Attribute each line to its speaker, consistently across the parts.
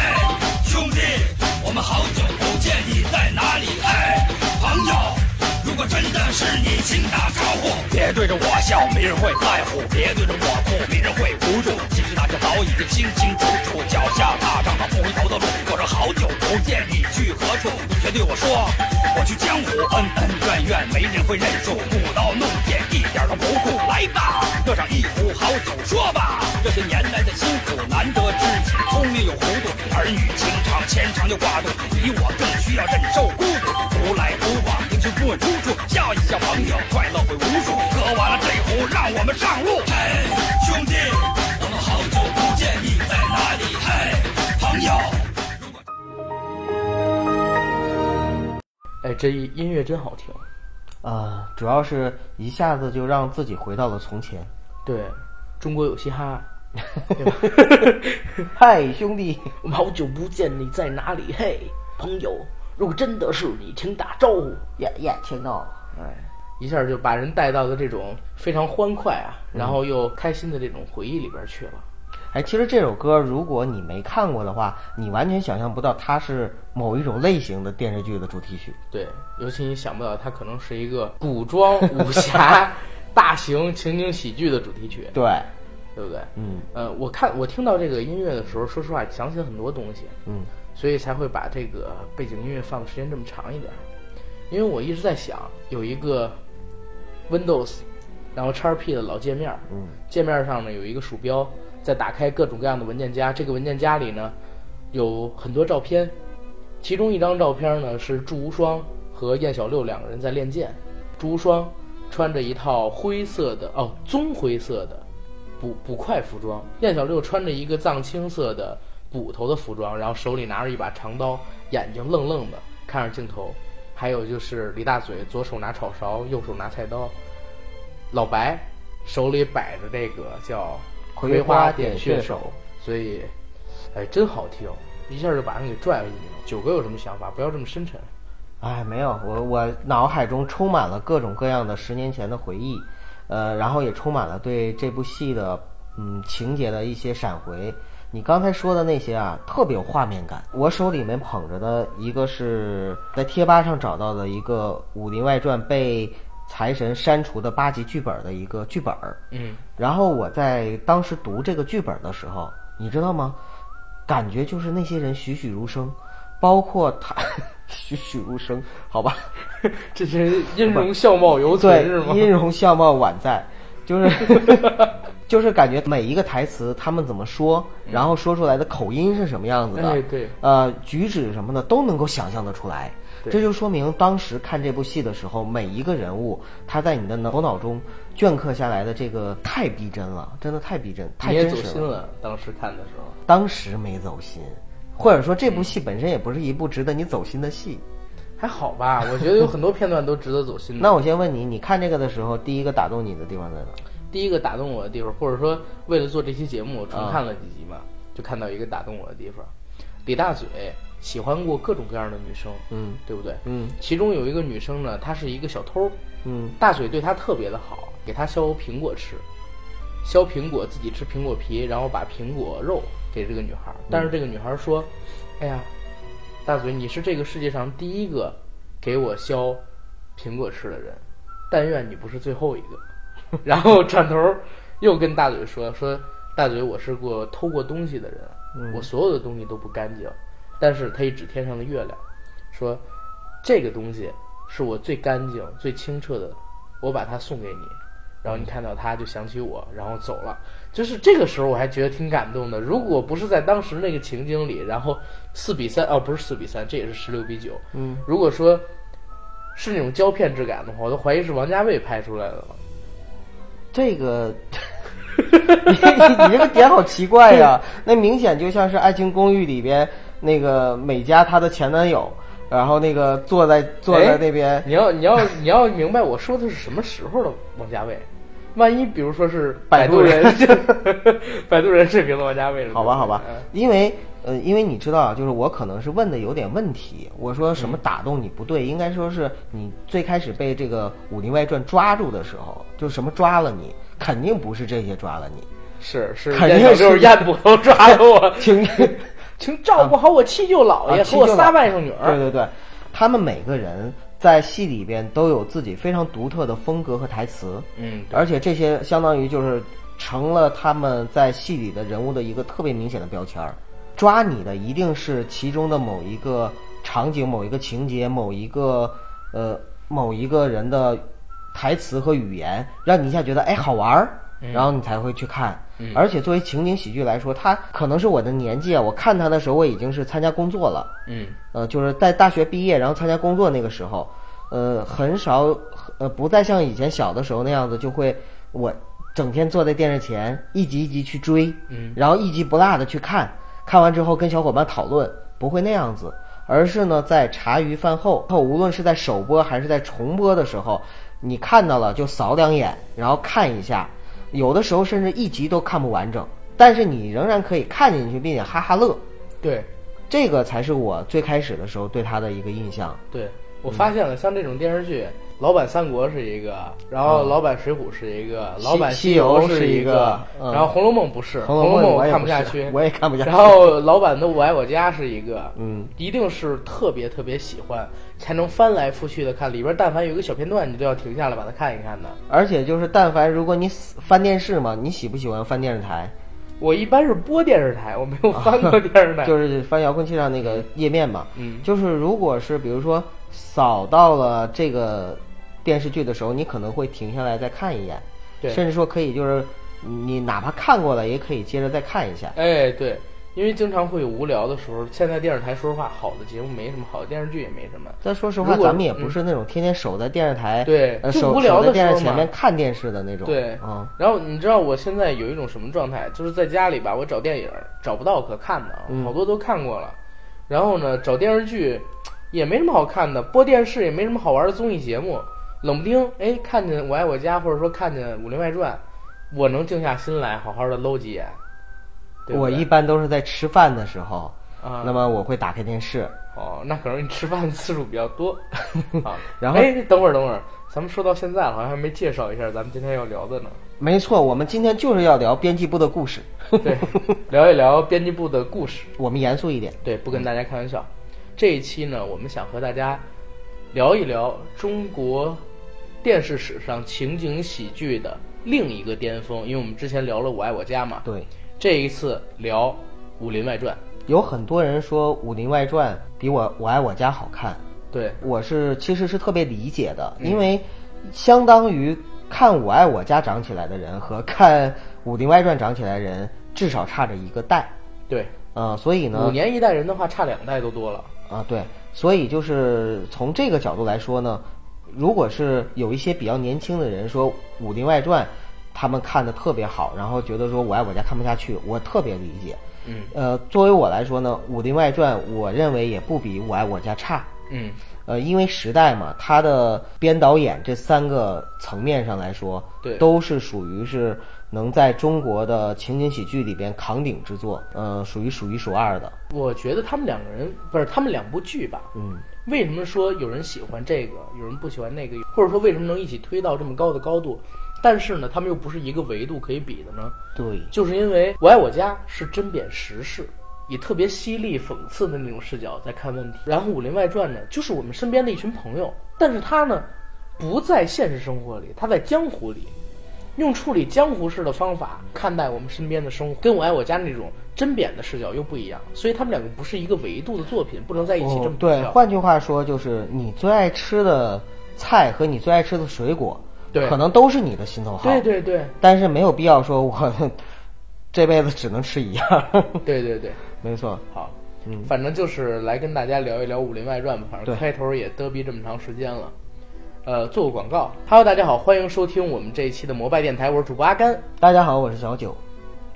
Speaker 1: 哎哎没人会在乎，别对着我哭，没人会扶住。其实那些早已经清清楚楚，脚下踏上了不回头的路。可是好久不见，你去何处？你却对我说，我去江湖，恩恩怨怨，没人会认输。鼓捣弄点，一点都不酷。来吧，喝上一壶好酒，说吧，这些年来的辛苦难得知己，聪明有糊涂，儿女情长牵肠又挂肚，你我更需要忍受孤独，独来独往，英雄不问出处，笑一笑朋友，快乐会无数。喝完了这壶，让我们上路。嘿，兄弟，我们好久不见，你在哪里？嘿，朋友。
Speaker 2: 哎，这一音乐真好听。
Speaker 3: 呃，主要是一下子就让自己回到了从前。
Speaker 2: 对，中国有嘻 哈，对吧？
Speaker 3: 嗨，兄弟，
Speaker 2: 我们好久不见，你在哪里？嘿，朋友，如果真的是你，请打招呼。
Speaker 3: 呀呀，签到了。哎，
Speaker 2: 一下就把人带到了这种非常欢快啊，然
Speaker 3: 嗯
Speaker 2: 后又开心的这种回忆里边去了。
Speaker 3: 哎，其实这首歌如果你没看过的话，你完全想象不到它是某一种类型的电视剧的主题曲。
Speaker 2: 对，尤其你想不到它可能是一个古装武 侠大型情景喜剧的主题曲，
Speaker 3: 对，
Speaker 2: 对不对？
Speaker 3: 嗯
Speaker 2: 呃，我看我听到这个音乐的时候，说实话想起了很多东西，
Speaker 3: 嗯，
Speaker 2: 所以才会把这个背景音乐放的时间这么长一点儿。因为我一直在想，有一个 Windows，然后 XP 的老界面，嗯，界面上呢有一个鼠标，在打开各种各样的文件夹，这个文件夹里呢有很多照片，其中一张照片呢是祝无双和燕小六两个人在练剑，祝无双穿着一套灰色的哦棕灰色的捕捕快服装，燕小六穿着一个藏青色的捕头的服装，然后手里拿着一把长刀，眼睛愣愣的看着镜头。还有就是李大嘴左手拿炒勺，右手拿菜刀，老白手里摆着这个叫葵
Speaker 3: 葵
Speaker 2: 花
Speaker 3: 花
Speaker 2: 点
Speaker 3: 点
Speaker 2: 穴手
Speaker 3: 穴手，
Speaker 2: 所以哎真好听，一下就把人给拽回去了。九哥有什么想法？不要这么深沉。
Speaker 3: 哎，没有，我我脑海中充满了各种各样的十年前的回忆，呃，然后也充满了对这部戏的嗯情节的一些闪回。你刚才说的那些啊，特别有画面感。我手里面捧着的一个是在贴吧上找到的一个《武林外传》被财神删除的八集剧本的一个剧本儿，
Speaker 2: 嗯，
Speaker 3: 然后我在当时读这个剧本的时候，你知道吗？感觉就是那些人栩栩如生，包括他 栩栩如生，好 吧？
Speaker 2: 这是音容笑貌犹存
Speaker 3: 对
Speaker 2: 是，吗？
Speaker 3: 音容笑貌宛在，就是 就是感觉每一个台词他们怎么说，然后说出来的口音是什么样子的，
Speaker 2: 哎对
Speaker 3: 呃，举止什么的都能够想象得出来。
Speaker 2: 对
Speaker 3: 这就说明当时看这部戏的时候，每一个人物他在你的头脑中镌刻下来的这个太逼真了，真的太逼真，太
Speaker 2: 你也
Speaker 3: 真
Speaker 2: 走
Speaker 3: 实
Speaker 2: 心了，当时看的时候。
Speaker 3: 当时没走心，或者说这部戏本身也不是一部值得你走心的戏。
Speaker 2: 还好 吧，我觉得有很多片段都值得走心的。
Speaker 3: 那我先问你，你看这个的时候，第一个打动你的地方在哪？
Speaker 2: 第一个打动我的地方，或者说为了做这期节目，我重看了几集嘛，
Speaker 3: 嗯
Speaker 2: 就看到一个打动我的地方。李大嘴喜欢过各种各样的女生，
Speaker 3: 嗯
Speaker 2: 对不对？
Speaker 3: 嗯
Speaker 2: 其中有一个女生呢，她是一个小偷，
Speaker 3: 嗯
Speaker 2: 大嘴对她特别的好，给她削苹果吃，削苹果自己吃苹果皮，然后把苹果肉给这个女孩儿。但是这个女孩儿说：“哎呀，大嘴，你是这个世界上第一个给我削苹果吃的人，但愿你不是最后一个。” 然后转头又跟大嘴说：“说大嘴，我是过偷过东西的人，我所有的东西都不干净。”但是他一指天上的月亮，说：“这个东西是我最干净、最清澈的，我把它送给你。”然后你看到他就想起我，然后走了。就是这个时候我还觉得挺感动的。如果不是在当时那个情景里，然后四比三，哦，不是四比三，这也是十六比九。
Speaker 3: 嗯，
Speaker 2: 如果说是那种胶片质感的话，我都怀疑是王家卫拍出来的了。
Speaker 3: 这个， 你你你这个点好奇怪呀！那明显就像是《爱情公寓》里边那个美嘉她的前男友，然后那个坐在坐
Speaker 2: 哎
Speaker 3: 在 那边，
Speaker 2: 你要你要你要明白我说的是什么时候的王家卫。万一比如说是
Speaker 3: 摆
Speaker 2: 渡
Speaker 3: 渡
Speaker 2: 人
Speaker 3: 人，
Speaker 2: 摆渡人水平的王家卫了。
Speaker 3: 好吧好吧
Speaker 2: 嗯，
Speaker 3: 因为呃，因为你知道啊，就是我可能是问的有点问题，我说什么打动你不对，应该说是你最开始被这个《武林外传》抓住的时候，就是什么抓了你，肯定不是这些抓了你，
Speaker 2: 是是，
Speaker 3: 肯定
Speaker 2: 燕小六
Speaker 3: 是
Speaker 2: 燕捕头抓了我，
Speaker 3: 请。
Speaker 2: 请照顾好我七舅姥
Speaker 3: 啊
Speaker 2: 爷和我
Speaker 3: 亲舅
Speaker 2: 仨
Speaker 3: 姥
Speaker 2: 外甥女儿。
Speaker 3: 对对对，他们每个人在戏里边都有自己非常独特的风格和台词，
Speaker 2: 嗯，对
Speaker 3: 而且这些相当于就是成了他们在戏里的人物的一个特别明显的标签儿。抓你的一定是其中的某一个场景、某一个情节、某一个呃某一个人的台词和语言，让你一下觉得哎好玩儿，然后你才会去看。而且作为情景喜剧来说，它可能是我的年纪啊，我看它的时候我已经是参加工作了，
Speaker 2: 嗯
Speaker 3: 呃，就是在大学毕业然后参加工作那个时候，呃，很少，呃，不再像以前小的时候那样子，就会我整天坐在电视前一集一集去追，
Speaker 2: 嗯
Speaker 3: 然后一集不落的去看，看完之后跟小伙伴讨论，不会那样子，而是呢，在茶余饭后，后无论是在首播还是在重播的时候，你看到了就扫两眼，然后看一下，有的时候甚至一集都看不完整，但是你仍然可以看进去，并且哈哈乐。
Speaker 2: 对
Speaker 3: 这个才是我最开始的时候对他的一个印象。
Speaker 2: 对，我
Speaker 3: 嗯
Speaker 2: 发现了，像这种电视剧，老版三国是一个，然后老版水浒是一个，
Speaker 3: 西
Speaker 2: 老版
Speaker 3: 嗯西
Speaker 2: 游
Speaker 3: 游是一
Speaker 2: 一
Speaker 3: 个嗯
Speaker 2: 然后红楼梦不是，
Speaker 3: 红楼
Speaker 2: 楼
Speaker 3: 梦
Speaker 2: 梦
Speaker 3: 我也
Speaker 2: 看不
Speaker 3: 不
Speaker 2: 下
Speaker 3: 是
Speaker 2: 去，
Speaker 3: 我也看不下去
Speaker 2: 然后老版的我爱我家是一个，
Speaker 3: 嗯，
Speaker 2: 一定是特别特别喜欢，才能翻来覆去的看，里边但凡有一个小片段，你都要停下来把它看一看的。
Speaker 3: 而且就是，但凡如果你喜翻电视嘛，你喜不喜欢翻电视台？
Speaker 2: 我一般是播电视台，我没有翻过电视台，
Speaker 3: 啊 就是翻遥控器上那个页面嘛。
Speaker 2: 嗯
Speaker 3: 就是如果是比如说扫到了这个电视剧的时候，你可能会停下来再看一眼，
Speaker 2: 对
Speaker 3: 甚至说可以就是你哪怕看过了，也可以接着再看一下。
Speaker 2: 哎，对，因为经常会有无聊的时候。现在电视台说实话，好的节目没什么，好的电视剧也没什么。
Speaker 3: 但说实话，
Speaker 2: 如果嗯
Speaker 3: 咱们也不是那种天天守在电视台，
Speaker 2: 对
Speaker 3: 呃、
Speaker 2: 就
Speaker 3: 守
Speaker 2: 无聊
Speaker 3: 守在
Speaker 2: 的
Speaker 3: 电
Speaker 2: 时
Speaker 3: 视
Speaker 2: 候
Speaker 3: 前
Speaker 2: 嘛
Speaker 3: 面看电视的那种。
Speaker 2: 对，
Speaker 3: 嗯，
Speaker 2: 然后你知道我现在有一种什么状态，就是在家里吧，我找电影儿找不到可看的啊，
Speaker 3: 嗯
Speaker 2: 好多都看过了。然后呢，找电视剧也没什么好看的，播电视也没什么好玩的综艺节目，冷不丁哎看见《我爱我家》或者说看见《武林外传》，我能静下心来好好的搂几眼。对不
Speaker 3: 我
Speaker 2: 对
Speaker 3: 一般都是在吃饭的时候，
Speaker 2: 啊，
Speaker 3: 那么我会打开电视。
Speaker 2: 哦，那可能你吃饭的次数比较多 啊。
Speaker 3: 然后
Speaker 2: 哎，等会儿等会儿，咱们说到现在了，好像还没介绍一下咱们今天要聊的 呢。
Speaker 3: 没错，我们今天就是要聊编辑部的故事，
Speaker 2: 对，聊一聊编辑部的故事。
Speaker 3: 我们严肃一点。
Speaker 2: 对，不跟大家开玩笑。这一期呢，我们想和大家聊一聊中国电视史上情景喜剧的另一个巅峰，因为我们之前聊了《我爱我家》嘛，
Speaker 3: 对，
Speaker 2: 这一次聊《武林外传》。
Speaker 3: 有很多人说《武林外传》比我《我爱我家》好看，
Speaker 2: 对，
Speaker 3: 我是其实是特别理解的，
Speaker 2: 嗯
Speaker 3: 因为相当于看《我爱我家》长起来的人和看《武林外传》长起来的人，至少差着一个代。
Speaker 2: 对，
Speaker 3: 呃，所以呢，
Speaker 2: 五年一代人的话，差两代都多了。
Speaker 3: 啊，对，所以就是从这个角度来说呢，如果是有一些比较年轻的人说《武林外传》，他们看的特别好，然后觉得说我爱我家看不下去，我特别理解。
Speaker 2: 嗯
Speaker 3: 呃，作为我来说呢，《武林外传》我认为也不比我爱我家差。
Speaker 2: 嗯，
Speaker 3: 呃，因为时代嘛，它的编导演这三个层面上来说，
Speaker 2: 对
Speaker 3: 都是属于是能在中国的情景喜剧里边扛鼎之作，呃，属于数一数二的。
Speaker 2: 我觉得他们两个人不是他们两部剧吧？
Speaker 3: 嗯，
Speaker 2: 为什么说有人喜欢这个，有人不喜欢那个，或者说为什么能一起推到这么高的高度？但是呢，他们又不是一个维度可以比的呢？
Speaker 3: 对。
Speaker 2: 就是因为《我爱我家》是针砭时事，以特别犀利、讽刺的那种视角在看问题。然后《武林外传》呢，就是我们身边的一群朋友，但是他呢，不在现实生活里，他在江湖里，用处理江湖式的方法看待我们身边的生活，跟《我爱我家》那种针砭的视角又不一样。所以他们两个不是一个维度的作品，不能在一起这
Speaker 3: 哦
Speaker 2: 么比较、
Speaker 3: 对，换句话说，就是你最爱吃的菜和你最爱吃的水果，
Speaker 2: 对
Speaker 3: 可能都是你的心头好。
Speaker 2: 对对对
Speaker 3: 但是没有必要说我 这辈子只能吃一样。
Speaker 2: 对对对，
Speaker 3: 没错，
Speaker 2: 好。反正就是来跟大家聊一聊《武林外传》吧。反
Speaker 3: 对
Speaker 2: 正开头也嘚逼这么长时间了，呃，做个广告。Hello，大家好，欢迎收听我们这一期的摩拜电台，我是主播阿甘。
Speaker 3: 大家好，我是小九。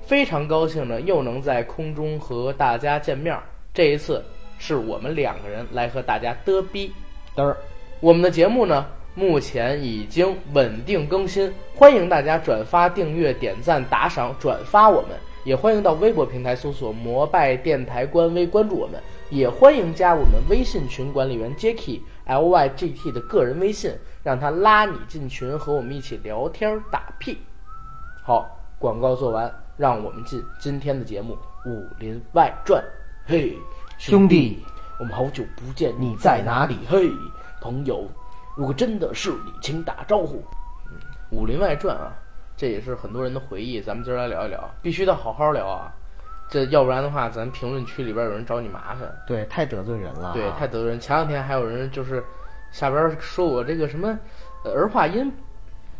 Speaker 2: 非常高兴呢，又能在空中和大家见面儿。这一次是我们两个人来和大家嘚逼。
Speaker 3: 嘚儿，
Speaker 2: 我们的节目呢，目前已经稳定更新，欢迎大家转发、订阅、点赞、打赏、转发我们，也欢迎到微博平台搜索“摩拜电台”官微关注我们，也欢迎加我们微信群管理员 Jacky L Y G T 的个人微信，让他拉你进群，和我们一起聊天儿打屁。好，广告做完，让我们进今天的节目《武林外传》。嘿，
Speaker 3: 兄弟，
Speaker 2: 我们好久不见，
Speaker 3: 你在哪里
Speaker 2: 嘿，朋友，如果真的是你，请打招呼。《武林外传》啊，这也是很多人的回忆，咱们今儿来聊一聊，必须得好好聊啊，这要不然的话，咱评论区里边有人找你麻烦。
Speaker 3: 对，太得罪人了、
Speaker 2: 对，太得罪人。前两天还有人就是下边说我这个什么呃儿化音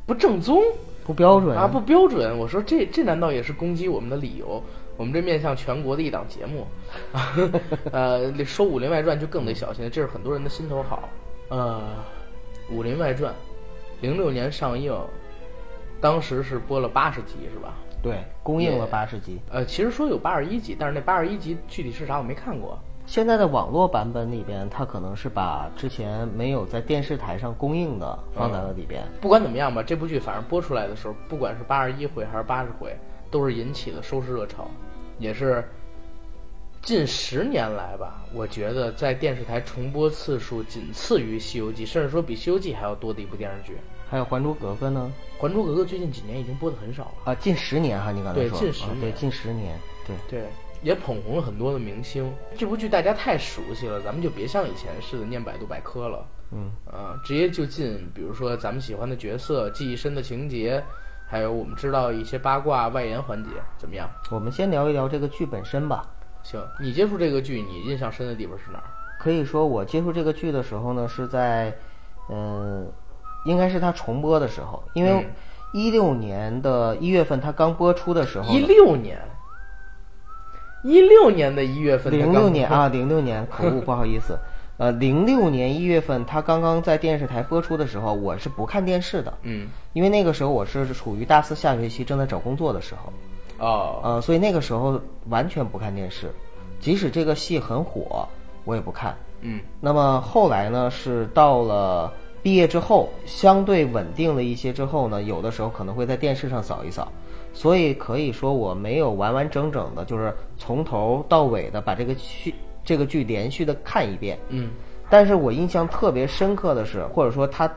Speaker 2: 不正宗
Speaker 3: 不标准
Speaker 2: 啊，不标准。我说这这难道也是攻击我们的理由？我们这面向全国的一档节目， 呃，说《武林外传》就更得小心，这是很多人的心头好。呃，《武林外传》零六年上映，当时是播了八十集是吧？
Speaker 3: 对，供应了
Speaker 2: 也
Speaker 3: 八十集。
Speaker 2: 呃，其实说有八十一集，但是那八十一集具体是啥我没看过。
Speaker 3: 现在的网络版本里边，它可能是把之前没有在电视台上供应的放在了里边。
Speaker 2: 不管怎么样吧，这部剧反正播出来的时候，不管是八十一回还是八十回，都是引起了收视热潮，也是近十年来吧，我觉得在电视台重播次数仅次于《西游记》，甚至说比《西游记》还要多的一部电视剧。
Speaker 3: 还有《还珠格格》呢？
Speaker 2: 《还珠格格》最近几年已经播的很少了，
Speaker 3: 啊，近十年哈、你刚才
Speaker 2: 对
Speaker 3: 说
Speaker 2: 近十
Speaker 3: 啊
Speaker 2: 年
Speaker 3: 对近十年，对
Speaker 2: 对，也捧红了很多的明星。这部剧大家太熟悉了，咱们就别像以前似的念百度百科了。
Speaker 3: 嗯，
Speaker 2: 啊，直接就进，比如说咱们喜欢的角色、记忆深的情节，还有我们知道一些八卦外延环节，怎么样？
Speaker 3: 我们先聊一聊这个剧本身吧。
Speaker 2: 行，你接触这个剧，你印象深的地方是哪儿？
Speaker 3: 可以说，我接触这个剧的时候呢，是在，嗯、应该是它重播的时候，因为
Speaker 2: 嗯
Speaker 3: 一六年的一月份它刚播出的时候呢，
Speaker 2: 一六年，一六年的一月份，
Speaker 3: 零六年，啊，零六年，口误，不好意思。呃，零六年一月份，它刚刚在电视台播出的时候，我是不看电视的，
Speaker 2: 嗯，
Speaker 3: 因为那个时候我是处于大四下学期正在找工作的时候，
Speaker 2: 哦，
Speaker 3: 呃，所以那个时候完全不看电视，即使这个戏很火，我也不看。
Speaker 2: 嗯，
Speaker 3: 那么后来呢，是到了毕业之后，相对稳定了一些之后呢，有的时候可能会在电视上扫一扫，所以可以说我没有完完整整的，就是从头到尾的把这个剧这个剧连续的看一遍。
Speaker 2: 嗯，
Speaker 3: 但是我印象特别深刻的是，或者说他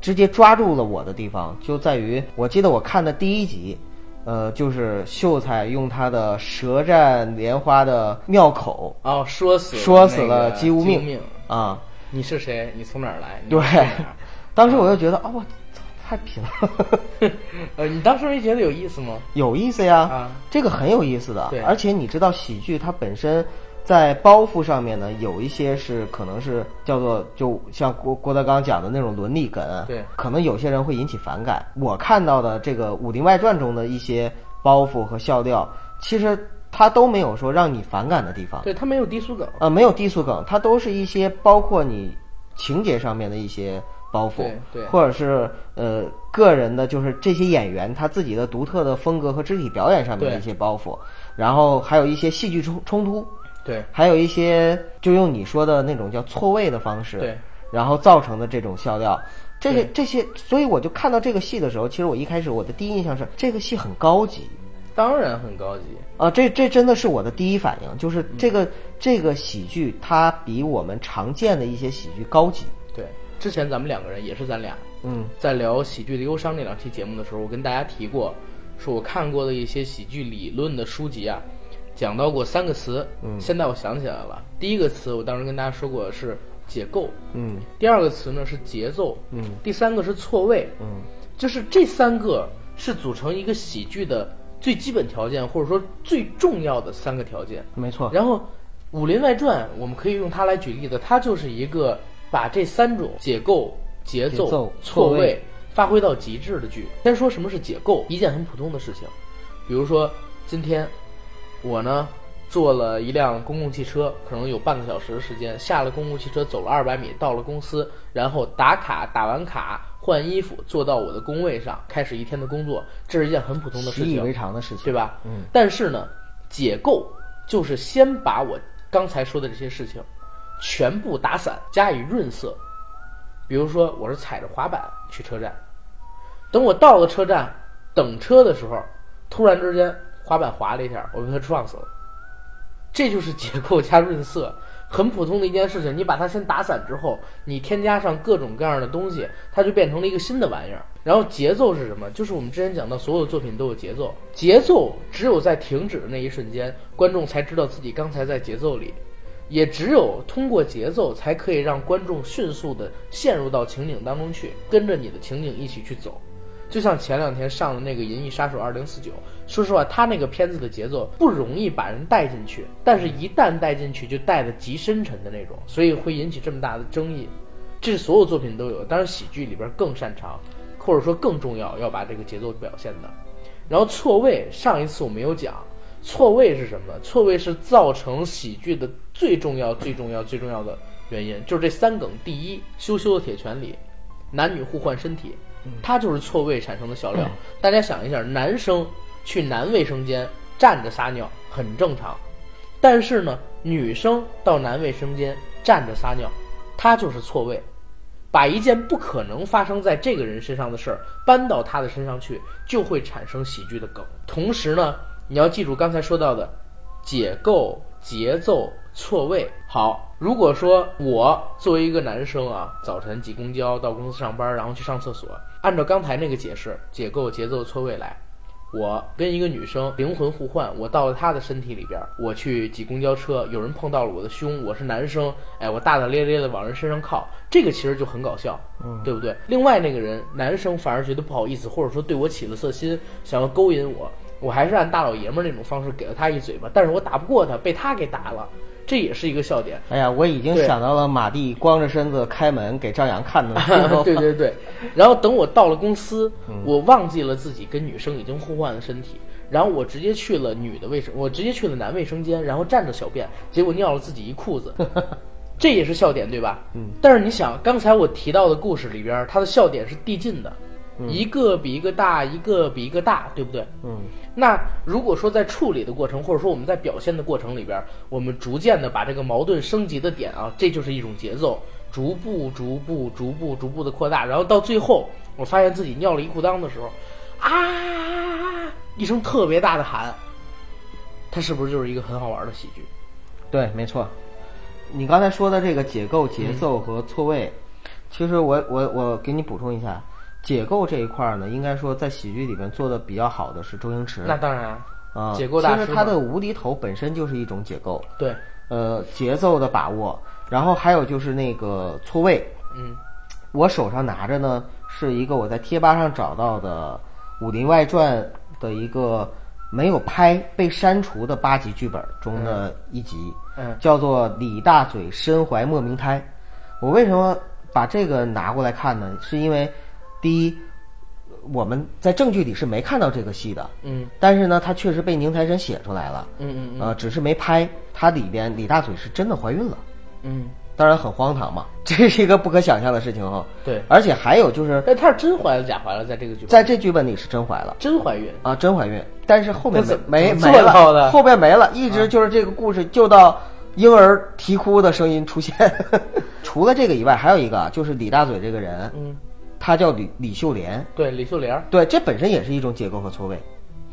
Speaker 3: 直接抓住了我的地方，就在于我记得我看的第一集，呃，就是秀才用他的舌战莲花的妙口
Speaker 2: 哦，说死
Speaker 3: 说死
Speaker 2: 了
Speaker 3: 了
Speaker 2: 那个
Speaker 3: 姬无
Speaker 2: 命，
Speaker 3: 命啊。
Speaker 2: 你是谁？你从哪儿来？你
Speaker 3: 对
Speaker 2: 是哪儿
Speaker 3: 当时我就觉得，哦，我操太贫了，
Speaker 2: 呃，你当时没觉得有意思吗？
Speaker 3: 有意思呀，
Speaker 2: 啊
Speaker 3: 这个很有意思的
Speaker 2: 对。
Speaker 3: 而且你知道，喜剧它本身在包袱上面呢，有一些是可能是叫做就像郭郭德纲讲的那种伦理梗，
Speaker 2: 对
Speaker 3: 可能有些人会引起反感。我看到的这个《武林外传》中的一些包袱和笑料，其实它都没有说让你反感的地方。
Speaker 2: 对他没有低俗梗，
Speaker 3: 呃，没有低俗梗，它都是一些包括你情节上面的一些包袱
Speaker 2: 对，对
Speaker 3: 或者是呃个人的，就是这些演员他自己的独特的风格和肢体表演上面的
Speaker 2: 对
Speaker 3: 一些包袱，然后还有一些戏剧冲冲突，
Speaker 2: 对
Speaker 3: 还有一些就用你说的那种叫错位的方式，
Speaker 2: 对，
Speaker 3: 然后造成的这种笑料。这些
Speaker 2: 对
Speaker 3: 这些，所以我就看到这个戏的时候，其实我一开始我的第一印象是这个戏很高级，
Speaker 2: 当然很高级。
Speaker 3: 啊，这这真的是我的第一反应，就是这
Speaker 2: 嗯
Speaker 3: 个、这个喜剧它比我们常见的一些喜剧高级。
Speaker 2: 对，之前咱们两个人也是咱俩，
Speaker 3: 嗯，
Speaker 2: 在聊《喜剧的忧伤》那两期节目的时候，我跟大家提过，说我看过的一些喜剧理论的书籍啊，讲到过三个词。嗯，现在我想起来了，第一个词我当时跟大家说过是解构，
Speaker 3: 嗯，
Speaker 2: 第二个词呢是节奏，嗯，第三个是错位，
Speaker 3: 嗯，
Speaker 2: 就是这三个是组成一个喜剧的最基本条件，或者说最重要的三个条件。
Speaker 3: 没错。
Speaker 2: 然后《武林外传》，我们可以用它来举例子，它就是一个把这三种解构、节奏、
Speaker 3: 节奏
Speaker 2: 错
Speaker 3: 错
Speaker 2: 位
Speaker 3: 位
Speaker 2: 发挥到极致的剧。先说什么是解构，一件很普通的事情，比如说今天我呢坐了一辆公共汽车，可能有半个小时的时间，下了公共汽车走了二百米，到了公司，然后打卡，打完卡。换衣服，坐到我的工位上，开始一天的工作，这是一件很普通的事
Speaker 3: 习
Speaker 2: 情。
Speaker 3: 以为常的事情，
Speaker 2: 对？吧？
Speaker 3: 嗯。
Speaker 2: 但是呢，解构就是先把我刚才说的这些事情全部打散，加以润色。比如说，我是踩着滑板去车站，等我到了车站等车的时候，突然之间滑板滑了一下，我被车撞死了。这就是结构加润色，很普通的一件事情。你把它先打散之后，你添加上各种各样的东西，它就变成了一个新的玩意儿。然后节奏是什么？就是我们之前讲到，所有作品都有节奏，节奏只有在停止的那一瞬间，观众才知道自己刚才在节奏里。也只有通过节奏，才可以让观众迅速的陷入到情景当中去，跟着你的情景一起去走。就像前两天上的那个《银翼杀手二零四九》，说实话，他那个片子的节奏不容易把人带进去，但是一旦带进去，就带的极深沉的那种，所以会引起这么大的争议。这是所有作品都有，当然喜剧里边更擅长，或者说更重要，要把这个节奏表现的。然后错位，上一次我没有讲，错位是什么？错位是造成喜剧的最重要、最重要、最重要的原因，就是这三梗。第一，《羞羞的铁拳》里，男女互换身体，它就是错位产生的笑料。大家想一下，男生去男卫生间站着撒尿很正常，但是呢，女生到男卫生间站着撒尿，它就是错位。把一件不可能发生在这个人身上的事儿搬到他的身上去，就会产生喜剧的梗。同时呢，你要记住刚才说到的解构、节奏、错位。好，如果说我作为一个男生啊，早晨挤公交到公司上班，然后去上厕所，按照刚才那个解释，解构、节奏、错位来，我跟一个女生灵魂互换，我到了她的身体里边，我去挤公交车，有人碰到了我的胸，我是男生，哎，我大大咧咧的往人身上靠，这个其实就很搞笑，嗯，对不对？另外那个人男生反而觉得不好意思，或者说对我起了色心，想要勾引我，我还是按大老爷们儿那种方式给了他一嘴巴，但是我打不过他，被他给打了，这也是一个笑点。
Speaker 3: 哎呀，我已经
Speaker 2: 对
Speaker 3: 想到了马蒂光着身子开门给张扬看的 镜头。
Speaker 2: 对对对，然后等我到了公司，我忘记了自己跟女生已经互换了身体，然后我直接去了女的卫生，我直接去了男卫生间，然后站着小便，结果尿了自己一裤子，这也是笑点对吧？嗯。但是你想，刚才我提到的故事里边儿，它的笑点是递进的，一个比一个大，一个比一个大，对不对？
Speaker 3: 嗯，
Speaker 2: 那如果说在处理的过程，或者说我们在表现的过程里边，我们逐渐的把这个矛盾升级的点啊，这就是一种节奏，逐步、逐步、逐步、逐步的扩大，然后到最后，我发现自己尿了一裤裆的时候，啊一声特别大的喊，它是不是就是一个很好玩的喜剧？
Speaker 3: 对，没错。你刚才说的这个解构、节奏和错位，其实我我我给你补充一下，解构这一块儿呢，应该说在喜剧里面做的比较好的是周星驰。
Speaker 2: 那当然啊，
Speaker 3: 啊，
Speaker 2: 解构大
Speaker 3: 其
Speaker 2: 师
Speaker 3: 实
Speaker 2: 嘛
Speaker 3: 他的无厘头本身就是一种解构，
Speaker 2: 对，
Speaker 3: 呃，节奏的把握，然后还有就是那个错位。
Speaker 2: 嗯
Speaker 3: 我手上拿着呢是一个我在贴吧上找到的《武林外传》的一个没有拍被删除的八集剧本中的一集。
Speaker 2: 嗯
Speaker 3: 叫做李大嘴身怀莫名胎。我为什么把这个拿过来看呢？是因为第一，我们在正剧里是没看到这个戏的，
Speaker 2: 嗯
Speaker 3: 但是呢，它确实被宁财神写出来了，
Speaker 2: 嗯嗯
Speaker 3: 呃，只是没拍。它里边李大嘴是真的怀孕了，
Speaker 2: 嗯，
Speaker 3: 当然很荒唐嘛， 这是一个不可想象的事情哈、
Speaker 2: 对。
Speaker 3: 而且还有就是，
Speaker 2: 但哎他是真怀了假怀了，在这个剧本
Speaker 3: 在这剧本里是真怀了。
Speaker 2: 真怀孕，
Speaker 3: 啊，真怀孕，但是后面
Speaker 2: 那怎
Speaker 3: 没
Speaker 2: 怎么做
Speaker 3: 没没
Speaker 2: 到
Speaker 3: 了，
Speaker 2: 的啊
Speaker 3: 后面没了，一直就是这个故事就到婴儿啼哭的声音出现。 除了这个以外，还有一个啊就是李大嘴这个人，
Speaker 2: 嗯，
Speaker 3: 他叫李李秀莲，
Speaker 2: 对李秀莲儿，
Speaker 3: 对，这本身也是一种解构和错位，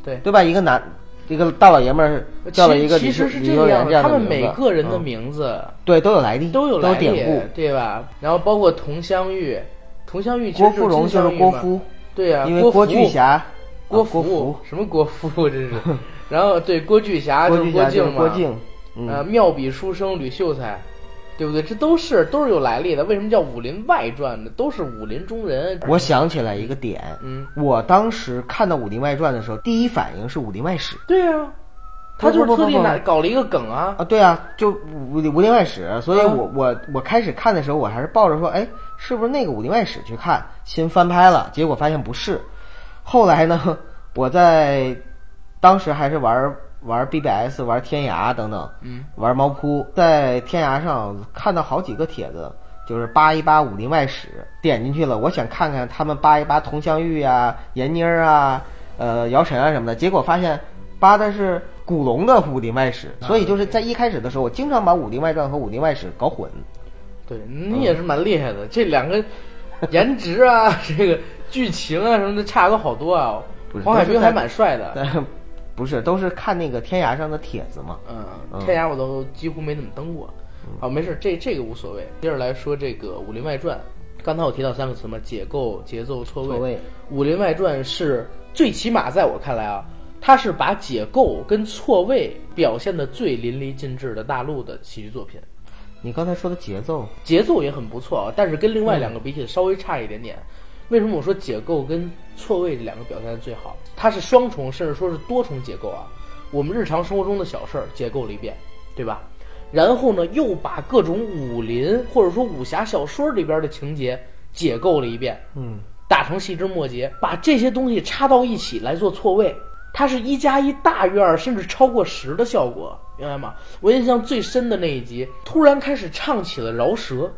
Speaker 2: 对。
Speaker 3: 对吧？一个男，一个大老爷们儿
Speaker 2: 其
Speaker 3: 叫了一个
Speaker 2: 其
Speaker 3: 李秀
Speaker 2: 实是
Speaker 3: 李
Speaker 2: 这
Speaker 3: 秀
Speaker 2: 个
Speaker 3: 莲
Speaker 2: 样
Speaker 3: 这
Speaker 2: 的，
Speaker 3: 样
Speaker 2: 他
Speaker 3: 的
Speaker 2: 们
Speaker 3: 名字
Speaker 2: 每个人的
Speaker 3: 嗯
Speaker 2: 名字
Speaker 3: 对都有来历，
Speaker 2: 都有
Speaker 3: 都
Speaker 2: 来历
Speaker 3: 典故，，
Speaker 2: 对吧？然后包括佟湘玉，佟湘玉其实
Speaker 3: 郭
Speaker 2: 就
Speaker 3: 芙蓉
Speaker 2: 金
Speaker 3: 就是
Speaker 2: 镶玉
Speaker 3: 郭
Speaker 2: 嘛
Speaker 3: 芙，
Speaker 2: 对呀、
Speaker 3: 因为
Speaker 2: 郭
Speaker 3: 郭
Speaker 2: 芙
Speaker 3: 巨侠，
Speaker 2: 郭
Speaker 3: 啊郭芙，
Speaker 2: 什么郭芙这 是，然后对郭巨侠
Speaker 3: 郭
Speaker 2: 就是
Speaker 3: 巨侠就
Speaker 2: 靖
Speaker 3: 是
Speaker 2: 嘛，
Speaker 3: 郭靖，
Speaker 2: 呃，
Speaker 3: 嗯，
Speaker 2: 妙笔书生吕秀才，对不对？这都是都是有来历的。为什么叫《武林外传》呢？都是武林中人。
Speaker 3: 我想起来一个点，
Speaker 2: 嗯，
Speaker 3: 我当时看到《武林外传》的时候，第一反应是《武林外史
Speaker 2: 对呀、他
Speaker 3: 不
Speaker 2: 就是
Speaker 3: 不不
Speaker 2: 特地
Speaker 3: 不
Speaker 2: 拿
Speaker 3: 不
Speaker 2: 搞了一个梗啊》。
Speaker 3: 啊，对啊，就《武武林外史》，所以
Speaker 2: 嗯
Speaker 3: 我、我我开始看的时候，我还是抱着说，哎，是不是那个《武林外史》去看新翻拍了？结果发现不是。后来呢， 我在当时还是玩玩 BBS、玩天涯等等，
Speaker 2: 嗯，
Speaker 3: 玩猫扑，在天涯上看到好几个帖子，就是扒一扒《武林外史》，点进去了，我想看看他们扒一扒佟湘玉啊、闫妮儿啊、呃姚晨啊什么的，结果发现扒的是古龙的《武林外史》，所以就是在一开始的时候，我经常把《武林外传》和《武林外史》搞混。
Speaker 2: 对你也是蛮厉害的，这两个颜值啊， 这个剧情啊什么的差都好多啊
Speaker 3: 不。是
Speaker 2: 黄海
Speaker 3: 都是
Speaker 2: 冰还
Speaker 3: 在
Speaker 2: 蛮帅的，
Speaker 3: 但不是，都是看那个天涯上的帖子嘛。
Speaker 2: 嗯，
Speaker 3: 嗯
Speaker 2: 天涯我都几乎没怎么登过。啊，没事，这这个无所谓。接着来说这个《武林外传》，刚才我提到三个词嘛，解构、节奏、错位。
Speaker 3: 错位
Speaker 2: 武林外传》是最起码在我看来啊，它是把解构跟错位表现的最淋漓尽致的大陆的喜剧作品，
Speaker 3: 你刚才说的节奏，
Speaker 2: 节奏也很不错啊，但是跟另外两个比起来稍微差一点点。为什么我说解构跟错位这两个表现得最好？它是双重，甚至说是多重解构啊。我们日常生活中的小事儿解构了一遍，对吧？然后呢，又把各种武林或者说武侠小说里边的情节解构了一遍，
Speaker 3: 嗯，
Speaker 2: 打成细枝末节，把这些东西插到一起来做错位，它是一加一大于二，甚至超过十的效果，明白吗？我印象最深的那一集，突然开始唱起了饶舌，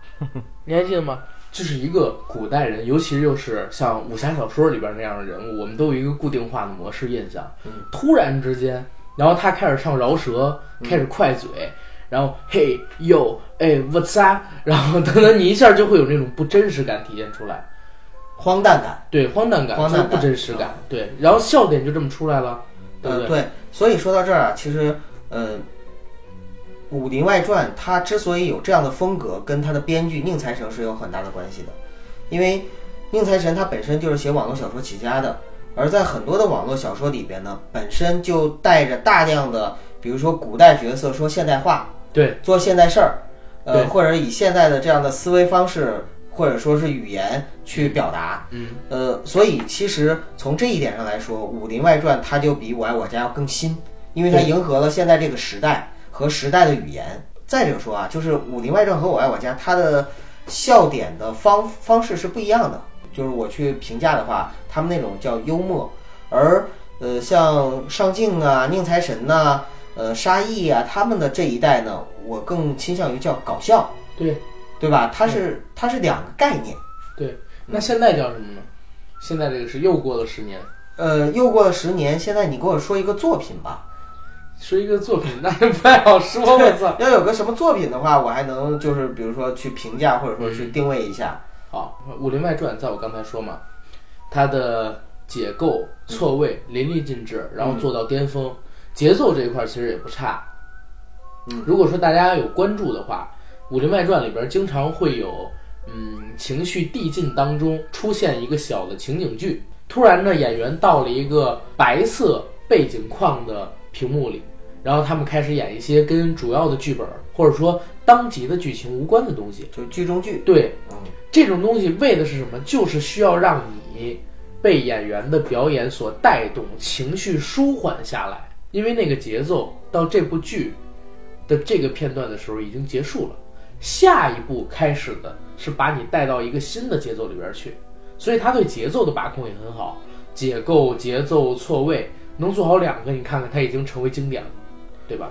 Speaker 2: 你还记得吗？这是一个古代人，尤其又是像武侠小说里边那样的人物，我们都有一个固定化的模式印象。突然之间，然后他开始唱饶舌，开始快嘴，然后嘿哟哎 what's up，然后等等，你一下就会有那种不真实感体现出来，
Speaker 3: 荒诞感。
Speaker 2: 对，荒诞感，
Speaker 3: 荒
Speaker 2: 就
Speaker 3: 诞
Speaker 2: 是
Speaker 3: 感嗯
Speaker 2: 不真实感，对，然后笑点就这么出来了，对不
Speaker 3: 呃，？对，所以说到这儿啊，其实，呃，《武林外传》它之所以有这样的风格，跟它的编剧宁财神是有很大的关系的，因为宁财神他本身就是写网络小说起家的，而在很多的网络小说里边呢，本身就带着大量的，比如说古代角色说现代化，
Speaker 2: 对，
Speaker 3: 做现代事儿，
Speaker 2: 对
Speaker 3: 呃，或者以现代的这样的思维方式，或者说是语言去表达，
Speaker 2: 嗯，
Speaker 3: 呃，所以其实从这一点上来说，《武林外传》它就比《我爱我家》要更新，因为它
Speaker 2: 对
Speaker 3: 迎合了现在这个时代和时代的语言。再者说啊，就是《武林外传》和《我爱我家》，它的笑点的方方式是不一样的。就是我去评价的话，他们那种叫幽默，而呃，像上镜啊、宁财神呐、呃，沙溢啊，他们的这一代呢，我更倾向于叫搞笑，
Speaker 2: 对，
Speaker 3: 对吧？它是它是两个概念。
Speaker 2: 对。那现在叫什么呢？现在这个是又过了十年，
Speaker 3: 呃，又过了十年，现在你给我说一个作品吧，
Speaker 2: 说一个作品，那就不太好说，我操！
Speaker 3: 要有个什么作品的话，我还能就是比如说去评价，或者说去定位一下。
Speaker 2: 好，《啊武林外传》在我刚才说嘛，它的解构、错位淋漓尽致，然后做到巅峰，节奏这一块其实也不差。
Speaker 3: 嗯
Speaker 2: 如果说大家有关注的话，《武林外传》里边经常会有，嗯，情绪递进当中出现一个小的情景剧，突然呢，演员到了一个白色背景框的屏幕里，然后他们开始演一些跟主要的剧本或者说当集的剧情无关的东西。
Speaker 3: 就是剧中剧，
Speaker 2: 对，
Speaker 3: 嗯，
Speaker 2: 这种东西为的是什么？就是需要让你被演员的表演所带动，情绪舒缓下来。因为那个节奏到这部剧的这个片段的时候已经结束了，下一步开始的是把你带到一个新的节奏里边去，所以他对节奏的把控也很好，解构、节奏、错位能做好两个，你看看他已经成为经典了，对吧？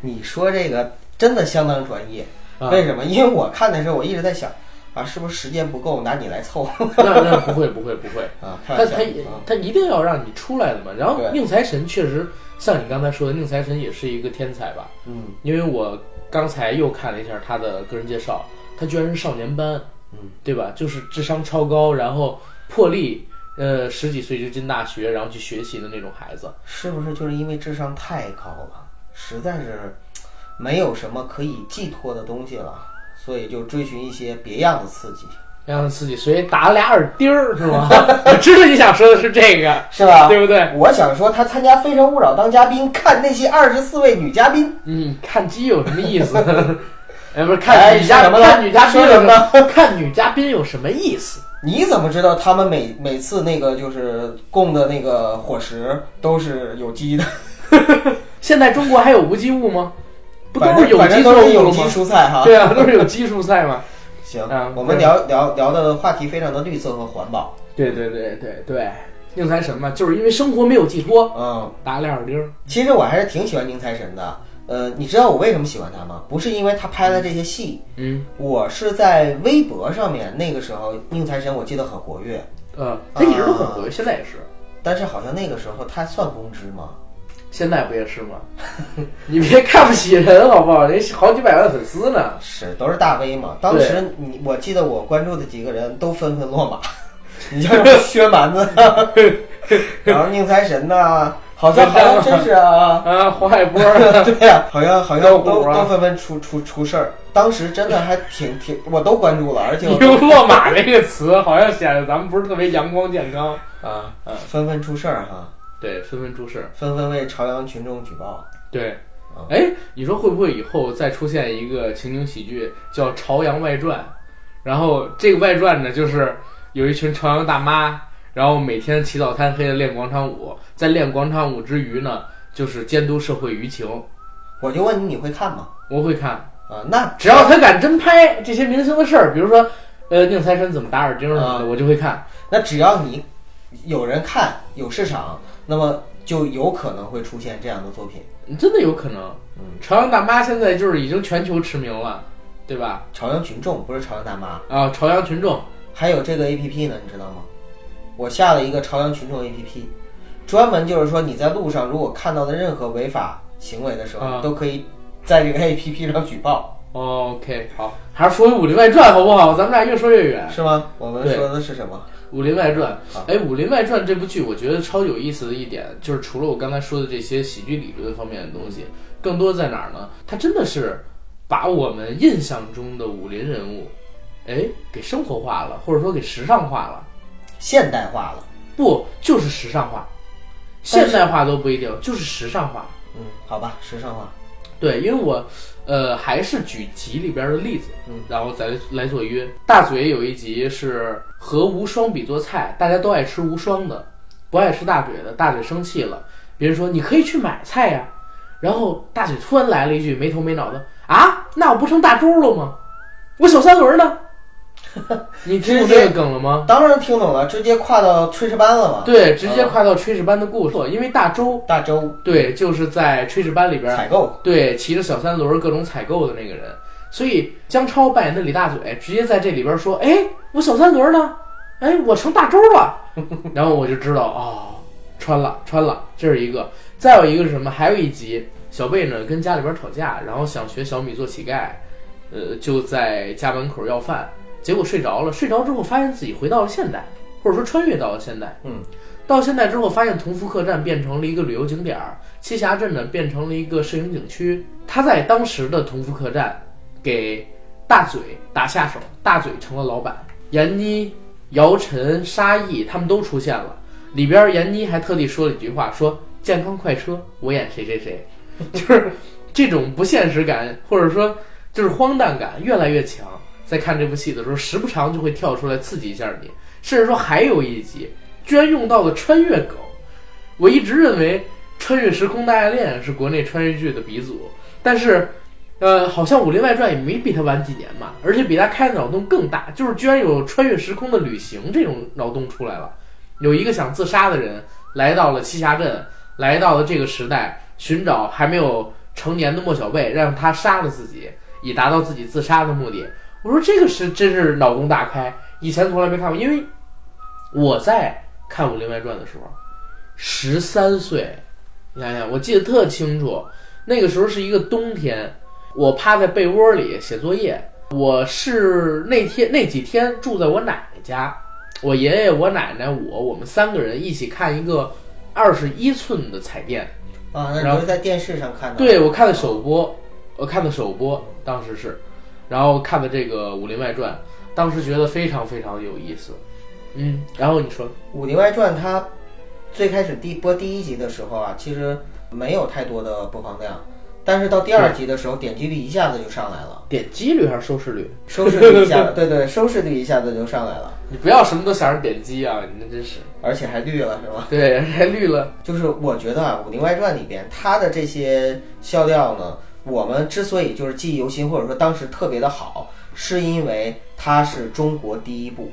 Speaker 3: 你说这个真的相当专业。
Speaker 2: 啊
Speaker 3: 为什么？因为我看的时候，我一直在想，啊，是不是时间不够，拿你来凑
Speaker 2: 那那不会不会不会，
Speaker 3: 啊？开
Speaker 2: 他
Speaker 3: 玩笑
Speaker 2: 他
Speaker 3: 啊
Speaker 2: 他一定要让你出来的嘛。然后
Speaker 3: 对
Speaker 2: 宁财神确实像你刚才说的，宁财神也是一个天才吧？
Speaker 3: 嗯，
Speaker 2: 因为我刚才又看了一下他的个人介绍，他居然是少年班，
Speaker 3: 嗯，
Speaker 2: 对吧？就是智商超高，然后魄力，呃，十几岁就进大学，然后去学习的那种孩子。
Speaker 3: 是不是就是因为智商太高了，实在是没有什么可以寄托的东西了，所以就追寻一些别样的刺激，
Speaker 2: 让自己随便打了俩耳钉儿是吗？ 我知道你想说的是这个，
Speaker 3: 是吧？
Speaker 2: 对不对？
Speaker 3: 我想说，他参加《非诚勿扰》当嘉宾，看那些二十四位女嘉宾，
Speaker 2: 你嗯看鸡有什么意思？ 哎，不是看
Speaker 3: 哎
Speaker 2: 女嘉
Speaker 3: 什么了
Speaker 2: 看女嘉宾
Speaker 3: 说
Speaker 2: 有
Speaker 3: 什 么
Speaker 2: 什么？看女嘉宾有什么意思？
Speaker 3: 你怎么知道他们每每次那个就是供的那个伙食都是有机的？
Speaker 2: 现在中国还有无机物吗？不都是有
Speaker 3: 反
Speaker 2: 机
Speaker 3: 正都
Speaker 2: 作
Speaker 3: 是有
Speaker 2: 物
Speaker 3: 机
Speaker 2: 吗？
Speaker 3: 蔬菜哈。
Speaker 2: 对 啊，都是有机蔬菜嘛。
Speaker 3: 行
Speaker 2: 嗯，
Speaker 3: 我们
Speaker 2: 对
Speaker 3: 聊聊聊的话题非常的绿色和环保。
Speaker 2: 对对对对对，宁财神嘛，就是因为生活没有寄托，
Speaker 3: 嗯，
Speaker 2: 打俩耳钉儿。
Speaker 3: 其实我还是挺喜欢宁财神的。呃，你知道我为什么喜欢他吗？不是因为他拍了这些戏，
Speaker 2: 嗯，
Speaker 3: 我是在微博上面那个时候，宁财神我记得很活跃，
Speaker 2: 呃，啊他一直都很活跃，现在也是，
Speaker 3: 但是好像那个时候他算公知吗？
Speaker 2: 现在不也是 吗？你别看不起人好不好？人家好几百万粉丝呢。
Speaker 3: 是，都是大 V 嘛。当时你，我记得我关注的几个人都纷纷落马， 你像什么薛 蛮子啊，然后宁财神呐、好像好像真是啊，
Speaker 2: 啊，黄海波
Speaker 3: 对呀、好像好像
Speaker 2: 肉
Speaker 3: 都
Speaker 2: 骨啊
Speaker 3: 都纷纷出出出事儿。当时真的还挺挺，我都关注了，而 且我都
Speaker 2: 用“落马”这个词，好像显得咱们不是特别阳光健康。
Speaker 3: 啊，纷纷出事儿哈。
Speaker 2: 对，纷纷出事。
Speaker 3: 纷纷为朝阳群众举报。
Speaker 2: 对，
Speaker 3: 啊
Speaker 2: 哎，你说会不会以后再出现一个情景喜剧叫《朝阳外传》？然后这个外传呢，就是有一群朝阳大妈，然后每天起早贪黑的练广场舞，在练广场舞之余呢，就是监督社会舆情。
Speaker 3: 我就问你，你会看吗？
Speaker 2: 我会看，
Speaker 3: 啊，那
Speaker 2: 只要他敢真拍这些明星的事儿，比如说，呃，宁财神怎么打耳钉什么
Speaker 3: 啊
Speaker 2: 的，我就会看。
Speaker 3: 那只要你有人看有市场，那么就有可能会出现这样的作品。
Speaker 2: 真的有可能，
Speaker 3: 嗯
Speaker 2: 朝阳大妈现在就是已经全球驰名了，对吧？
Speaker 3: 朝阳群众不是朝阳大妈，
Speaker 2: 啊，朝阳群众，
Speaker 3: 还有这个 A P P 呢，你知道吗？我下了一个朝阳群众 A P P，专门就是说你在路上如果看到的任何违法行为的时候，
Speaker 2: 啊
Speaker 3: 你都可以在这个 A P P 上举报，哦
Speaker 2: OK，好，还是说《武林外传》好不好？咱们俩越说越远。
Speaker 3: 是吗？我们
Speaker 2: 对
Speaker 3: 说的是什么？
Speaker 2: 《武林外传
Speaker 3: 好》
Speaker 2: 哎，《武林外传》这部剧，我觉得超有意思的一点，就是除了我刚才说的这些喜剧理论方面的东西，更多在哪儿呢？它真的是把我们印象中的武林人物，哎，给生活化了，或者说给时尚化了。
Speaker 3: 现代化了。
Speaker 2: 不，就是时尚化，
Speaker 3: 但是
Speaker 2: 现代化都不一定，就是时尚化。
Speaker 3: 嗯，好吧，时尚化。
Speaker 2: 对，因为我，呃，还是举集里边的例子，
Speaker 3: 嗯
Speaker 2: 然后再来做约。大嘴有一集是和无双比做菜，大家都爱吃无双的，不爱吃大嘴的。大嘴生气了，别人说你可以去买菜呀，然后大嘴突然来了一句没头没脑的啊，那我不成大猪了吗？我小三轮呢？ 你听过这个梗了吗？
Speaker 3: 当然听懂了，直接跨到炊事班了嘛。
Speaker 2: 对，直接跨到炊事班的故事，因为大周
Speaker 3: 大周
Speaker 2: 对就是在炊事班里边
Speaker 3: 采购
Speaker 2: 对，骑着小三轮儿各种采购的那个人。所以姜超扮演的李大嘴直接在这里边儿说：“哎，我小三轮儿呢？哎，我成大周了。”然后我就知道哦，穿了穿了，这是一个。再有一个是什么？还有一集，小贝呢跟家里边儿吵架，然后想学小米做乞丐，呃，就在家门口要饭，结果睡着了。睡着之后发现自己回到了现代，或者说穿越到了现代。
Speaker 3: 嗯，
Speaker 2: 到现代之后，发现同福客栈变成了一个旅游景点儿，栖霞镇呢变成了一个摄影景区。他在当时的同福客栈给大嘴打下手，大嘴成了老板。闫妮、姚晨、沙溢他们都出现了。里边儿闫妮还特地说了一句话，说“健康快车，我演谁谁谁”，就是这种不现实感，或者说就是荒诞感越来越强。在看这部戏的时候，时不常就会跳出来刺激一下你，甚至说还有一集居然用到了穿越梗。我一直认为《穿越时空的爱恋》是国内穿越剧的鼻祖，但是，呃，好像《武林外传》也没比它晚几年吧，而且比它开的脑洞更大，就是居然有穿越时空的旅行这种脑洞出来了。有一个想自杀的人来到了栖霞镇，来到了这个时代，寻找还没有成年的莫小贝，让他杀了自己，以达到自己自杀的目的。我说这个是真是脑洞大开，以前从来没看过，因为我在看《武林外传》的时候，十三岁，你想想，我记得特清楚，那个时候是一个冬天，我趴在被窝里写作业，我是那天那几天住在我奶奶家，我爷爷、我奶奶、我，我们三个人一起看一个二十一寸的彩电。
Speaker 3: 啊，那
Speaker 2: 然
Speaker 3: 你
Speaker 2: 后
Speaker 3: 就在电视上看到。
Speaker 2: 对，我看的首播，我看的首播，当时是，然后看的这个《武林外传》，当时觉得非常非常有意思。嗯，然后你说，
Speaker 3: 《武林外传》它最开始第播第一集的时候啊，其实没有太多的播放量，但是到第二集的时候，点击率一下子就上来了，
Speaker 2: 点击率还是收视率？
Speaker 3: 收视率一下，对对，收视率一下子就上来了，
Speaker 2: 你不要什么都想着点击啊，你那真是。
Speaker 3: 而且还绿了，是吧？
Speaker 2: 对，还绿了。
Speaker 3: 就是我觉得啊，《武林外传》里边它的这些笑料呢，我们之所以就是记忆犹新，或者说当时特别的好，是因为它是中国第一部。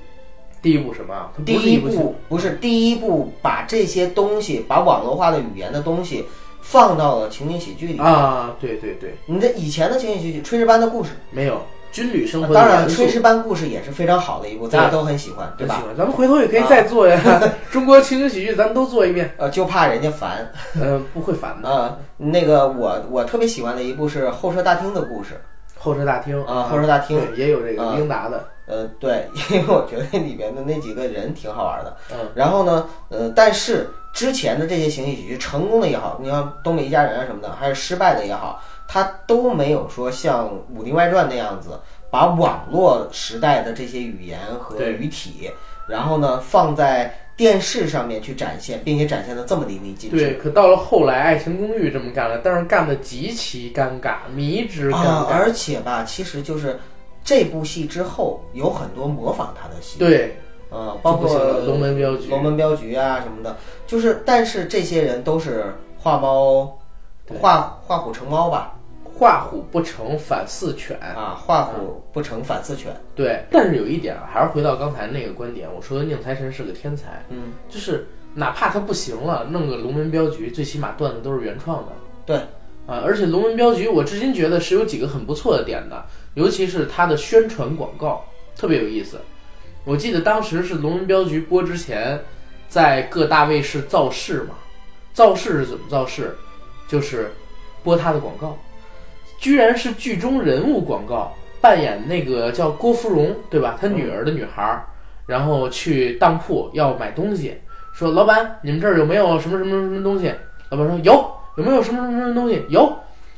Speaker 2: 第一部什么啊？它不
Speaker 3: 第
Speaker 2: 是
Speaker 3: 一
Speaker 2: 部剧
Speaker 3: 步不是第一步，把这些东西，把网络化的语言的东西放到了情景喜剧里。
Speaker 2: 啊，对对对，
Speaker 3: 你的以前的情景喜剧《炊事班的故事
Speaker 2: 没有军旅》，生活的
Speaker 3: 当然，
Speaker 2: 元
Speaker 3: 《
Speaker 2: 素
Speaker 3: 炊事班故事》也是非常好的一部，咱俩都很喜欢，对
Speaker 2: 很
Speaker 3: 吧
Speaker 2: 喜？欢咱们回头也可以再做呀。啊 中国情景喜剧咱们都做一遍，
Speaker 3: 呃，就怕人家烦。
Speaker 2: 呃，不会烦的。
Speaker 3: 呃，那个我我特别喜欢的一部是《候车大厅的故事
Speaker 2: 候车大厅
Speaker 3: 啊候车大厅
Speaker 2: 对也有这
Speaker 3: 啊
Speaker 2: 个英达的，》。
Speaker 3: 呃，对， 因为我觉得里面的那几个人挺好玩的。
Speaker 2: 嗯，
Speaker 3: 然后呢，呃，但是之前的这些情景喜剧成功的也好，你像《东北一家人》啊什么的，还是失败的也好，它都没有说像《武林外传》那样子，把网络时代的这些语言和
Speaker 2: 对
Speaker 3: 语体，然后呢放在电视上面去展现，并且展现的这么淋漓尽致。
Speaker 2: 对，可到了后来，《爱情公寓》这么干了，但是干的极其尴尬，迷之尴
Speaker 3: 啊，
Speaker 2: 尬。
Speaker 3: 而且吧，其实就是这部戏之后有很多模仿他的戏，，
Speaker 2: 对，
Speaker 3: 呃，包
Speaker 2: 就不
Speaker 3: 括
Speaker 2: 行了龙门镖局
Speaker 3: 龙门镖局啊什么的，就是，但是这些人都是画猫，
Speaker 2: 对
Speaker 3: 画画虎成猫吧，
Speaker 2: 画虎不成反似犬。
Speaker 3: 啊，画
Speaker 2: 嗯
Speaker 3: 虎不成反似犬，
Speaker 2: 对，但是有一点啊，还是回到刚才那个观点，我说宁财神是个天才，
Speaker 3: 嗯，
Speaker 2: 就是哪怕他不行了，弄个龙门镖局，最起码段子都是原创的。
Speaker 3: 对，
Speaker 2: 啊，而且龙门镖局，我至今觉得是有几个很不错的点的，尤其是它的宣传广告特别有意思。我记得当时是龙门镖局播之前，在各大卫视造势嘛，造势是怎么造势？就是播他的广告，居然是剧中人物广告，扮演那个叫郭芙蓉对吧？她女儿的女孩儿，然后去当铺要买东西，说老板，你们这儿有没有什么什么什么东西？老板说有，有没有什么什么什么东西？有，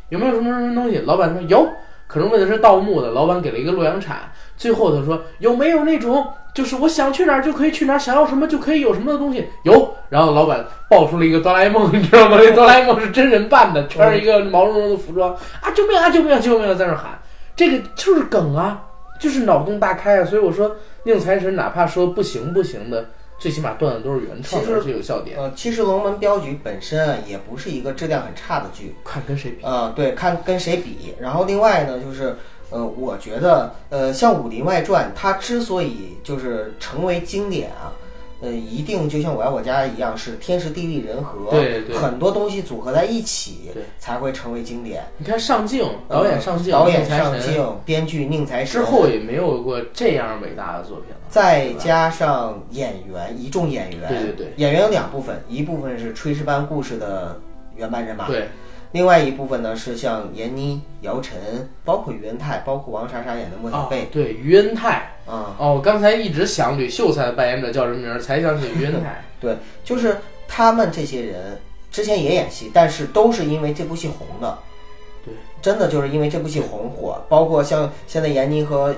Speaker 2: 有没有什么什么东西？老板说有，可能问的是盗墓的，老板给了一个洛阳铲。最后他说有没有那种就是我想去哪儿就可以去哪儿，想要什么就可以有什么的东西？有。然后老板爆出了一个哆啦 A 梦，你知道吗？那 哆啦 A 梦是真人扮的，穿着一个毛茸茸的服装啊！救命啊！救命啊！救命啊！在那儿喊，这个就是梗啊，就是脑洞大开啊！所以我说宁财神哪怕说不行不行的，最起码段子都是原创
Speaker 3: 其
Speaker 2: 的，
Speaker 3: 实
Speaker 2: 而且有笑点。
Speaker 3: 呃，其实龙门镖局本身啊，也不是一个质量很差的剧，
Speaker 2: 看跟谁比。
Speaker 3: 啊、对，看跟谁比。然后另外呢，就是呃，我觉得呃，像《武林外传》，它之所以就是成为经典啊，呃，一定就像我爱我家一样，是天时地利人和，
Speaker 2: 对对
Speaker 3: 很多东西组合在一起
Speaker 2: 对
Speaker 3: 才会成为经典。呃
Speaker 2: 你看上镜，导演上镜，
Speaker 3: 导演
Speaker 2: 宁财
Speaker 3: 上
Speaker 2: 神
Speaker 3: 镜，编剧宁财神
Speaker 2: 之后，也没有过这样伟大的作品了。
Speaker 3: 再加上演员，一众演员，
Speaker 2: 对对对
Speaker 3: 演员有两部分，一部分是《炊事班故事》的原班人马，
Speaker 2: 对，
Speaker 3: 另外一部分呢是像闫妮、姚晨，包括于恩泰，包括王莎莎演的莫小
Speaker 2: 哦
Speaker 3: 贝，
Speaker 2: 对，于恩泰。
Speaker 3: 啊、
Speaker 2: 哦，我刚才一直想吕秀才的扮演者叫什么名儿，才想起于恩泰。
Speaker 3: 对，就是他们这些人之前也演戏，但是都是因为这部戏红的，
Speaker 2: 对，
Speaker 3: 真的就是因为这部戏红火。包括像现在闫妮和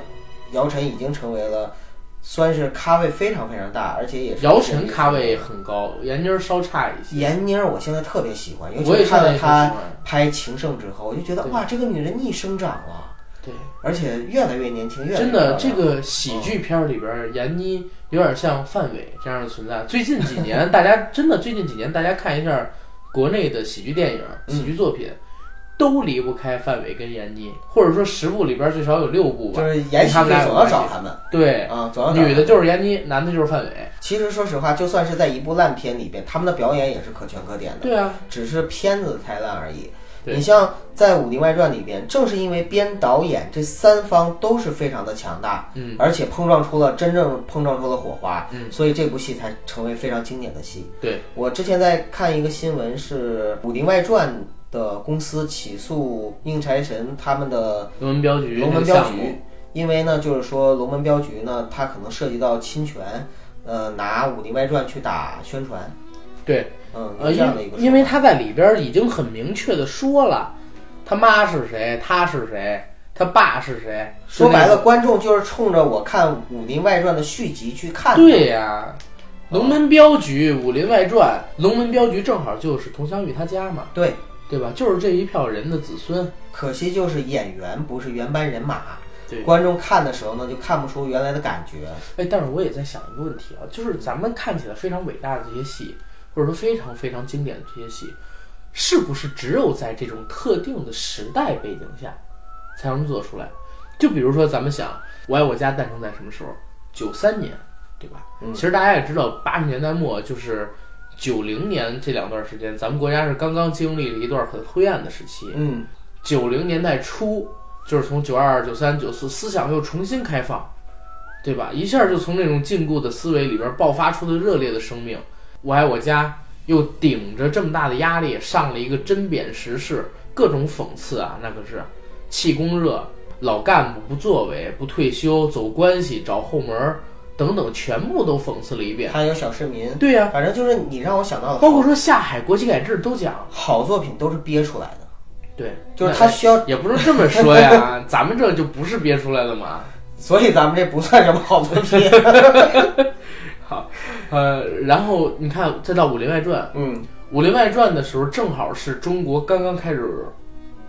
Speaker 3: 姚晨已经成为了，算是咖位非常非常大，而且 也是
Speaker 2: 姚晨咖位很高，闫妮儿稍差一些。
Speaker 3: 闫妮儿，我现在特别喜欢，尤
Speaker 2: 我
Speaker 3: 其
Speaker 2: 也
Speaker 3: 是
Speaker 2: 现
Speaker 3: 看
Speaker 2: 在
Speaker 3: 了
Speaker 2: 也很
Speaker 3: 她
Speaker 2: 喜欢
Speaker 3: 拍《情圣》之后，我就觉得
Speaker 2: 对
Speaker 3: 哇，这个女人逆生长啊，
Speaker 2: 对，
Speaker 3: 而且越来越年轻，越来越
Speaker 2: 真
Speaker 3: 漂
Speaker 2: 的，
Speaker 3: 亮
Speaker 2: 这个喜剧片儿里边儿，闫妮有点像范伟这样的存在。最近几年，大家真的最近几年，大家看一下国内的喜剧电影、喜剧作
Speaker 3: 嗯
Speaker 2: 品，都离不开范伟跟闫妮，或者说十部里边儿最少有六部吧。
Speaker 3: 就是延续
Speaker 2: 啊他们
Speaker 3: 总
Speaker 2: 俩有
Speaker 3: 要
Speaker 2: 关系
Speaker 3: 找他们
Speaker 2: 对，
Speaker 3: 啊，总要找他们
Speaker 2: 女的。就是闫妮，男的就是范伟。
Speaker 3: 其实说实话，就算是在一部烂片里边，他们的表演也是可圈可点的，
Speaker 2: 对啊，
Speaker 3: 只是片子太烂而已。
Speaker 2: 对
Speaker 3: 你像在《武林外传》里边，正是因为编导演这三方都是非常的强大，
Speaker 2: 嗯，
Speaker 3: 而且碰撞出了真正碰撞出了火花，
Speaker 2: 嗯
Speaker 3: 所以这部戏才成为非常经典的戏。
Speaker 2: 对，
Speaker 3: 我之前在看一个新闻，是《武林外传》的公司起诉宁财神他们的
Speaker 2: 龙门镖局
Speaker 3: 龙
Speaker 2: 那
Speaker 3: 门
Speaker 2: 个
Speaker 3: 镖
Speaker 2: 项目，
Speaker 3: 局，因为呢，就是说龙门镖局呢，它可能涉及到侵权，呃，拿《武林外传》去打宣传，
Speaker 2: 对，
Speaker 3: 嗯，有
Speaker 2: 呃，
Speaker 3: 这
Speaker 2: 因
Speaker 3: 样的一个说法
Speaker 2: 因为他在里边儿已经很明确的说了，他妈是谁，他是谁，他爸是谁，
Speaker 3: 说
Speaker 2: 就那
Speaker 3: 白
Speaker 2: 个
Speaker 3: 了，观众就是冲着我看《武林外传》的续集去看的，
Speaker 2: 对呀、龙门镖局、武林外传，龙门镖局正好就是佟湘玉他家嘛，
Speaker 3: 对，
Speaker 2: 对吧？就是这一票人的子孙。
Speaker 3: 可惜就是演员不是原班人马，
Speaker 2: 对
Speaker 3: 观众看的时候呢，就看不出原来的感觉，
Speaker 2: 哎，但是我也在想一个问题啊，就是咱们看起来非常伟大的这些戏，或者说非常非常经典的这些戏，是不是只有在这种特定的时代背景下才能做出来？就比如说，咱们想《我爱我家》诞生在什么时候？九三年，对吧？
Speaker 3: 嗯
Speaker 2: 其实大家也知道，八十年代末就是九零年这两段时间，咱们国家是刚刚经历了一段很灰暗的时期。
Speaker 3: 嗯，
Speaker 2: 九零年代初，就是从九二、九三、九四，思想又重新开放，对吧？一下就从那种禁锢的思维里边爆发出的热烈的生命。我爱我家又顶着这么大的压力上了一个针砭时事，各种讽刺啊，那可是气功热，老干部不作为、不退休、走关系、找后门儿等等，全部都讽刺了一遍。
Speaker 3: 还有小市民，
Speaker 2: 对呀、
Speaker 3: 反正就是你让我想到的，
Speaker 2: 包括说下海国企改制都讲，
Speaker 3: 好作品都是憋出来的，
Speaker 2: 对，
Speaker 3: 就是
Speaker 2: 那
Speaker 3: 它需要，
Speaker 2: 也不是这么说呀，咱们这就不是憋出来的嘛。
Speaker 3: 所以咱们这不算什么好作品。
Speaker 2: 好，呃，然后你看，再到《武林外传》，
Speaker 3: 嗯
Speaker 2: 《武林外传》的时候，正好是中国刚刚开始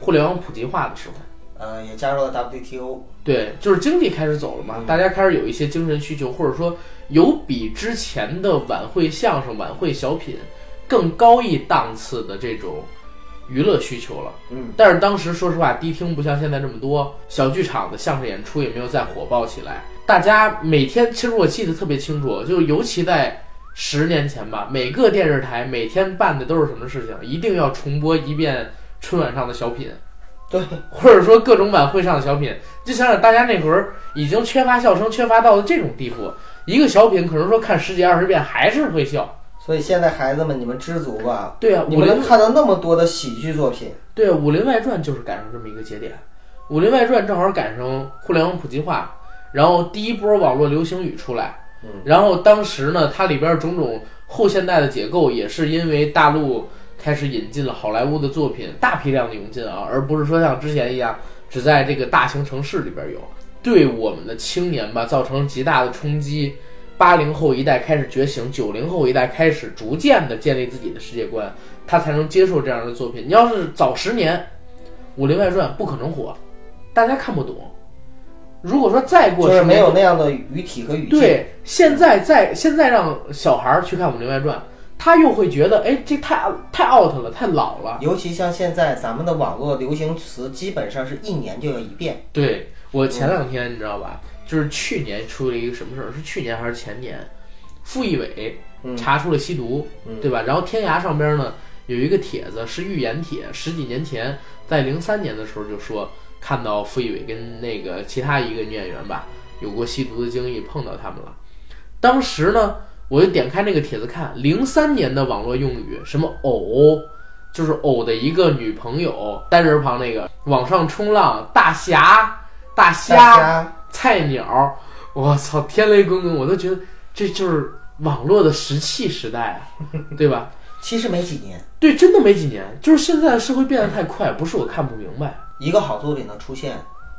Speaker 2: 互联网普及化的时候。
Speaker 3: 呃，也加入了 WTO，
Speaker 2: 对，就是经济开始走了
Speaker 3: 嗯
Speaker 2: 嘛，大家开始有一些精神需求，或者说有比之前的晚会相声、晚会小品更高一档次的这种娱乐需求了。
Speaker 3: 嗯，
Speaker 2: 但是当时说实话，迪厅不像现在这么多，小剧场的相声演出也没有再火爆起来。大家每天，其实我记得特别清楚，就尤其在十年前吧，每个电视台每天办的都是什么事情，一定要重播一遍春晚上的小品。
Speaker 3: 对，
Speaker 2: 或者说各种晚会上的小品，就想想大家那会儿已经缺乏笑声，缺乏到了这种地步，一个小品可能说看十几二十遍还是会笑。
Speaker 3: 所以现在孩子们，你们知足吧，
Speaker 2: 对啊，
Speaker 3: 你
Speaker 2: 武
Speaker 3: 们
Speaker 2: 林
Speaker 3: 能看到那么多的喜剧作品，
Speaker 2: 对啊，《武林外传》就是赶上这么一个节点，《武林外传》正好赶上互联网普及化，然后第一波网络流行语出来，然后当时呢，它里边种种后现代的结构，也是因为大陆开始引进了好莱坞的作品，大批量的涌进啊，而不是说像之前一样只在这个大型城市里边有，对我们的青年吧造成极大的冲击。八零后一代开始觉醒，九零后一代开始逐渐的建立自己的世界观，他才能接受这样的作品。你要是早十年，《武林外传》不可能火，大家看不懂。如果说再过
Speaker 3: 就
Speaker 2: 十年，
Speaker 3: 是没有那样的语体和语境，，
Speaker 2: 对，现在在现在让小孩儿去看《武林外传》，他又会觉得，哎，这太太 out 了，太老了。
Speaker 3: 尤其像现在咱们的网络流行词，基本上是一年就要一变，
Speaker 2: 对我前两天你知道吧，就是去年出了一个什么事儿，是去年还是前年？傅艺伟查出了吸毒，对吧？然后天涯上边呢有一个帖子是预言帖，十几年前在零三年的时候就说看到傅艺伟跟那个其他一个女演员吧有过吸毒的经历，碰到他们了。当时呢，我就点开那个帖子看，零三年的网络用语，什么“偶”，就是偶的一个女朋友，单人旁那个，网上冲浪，大侠、大虾、
Speaker 3: 大家
Speaker 2: 菜鸟，我操，天雷滚滚，我都觉得这就是网络的石器时代啊，对吧？
Speaker 3: 其实没几年，
Speaker 2: 对，真的没几年，就是现在的社会变得太快，不是我看不明白，
Speaker 3: 一个好作品的出现，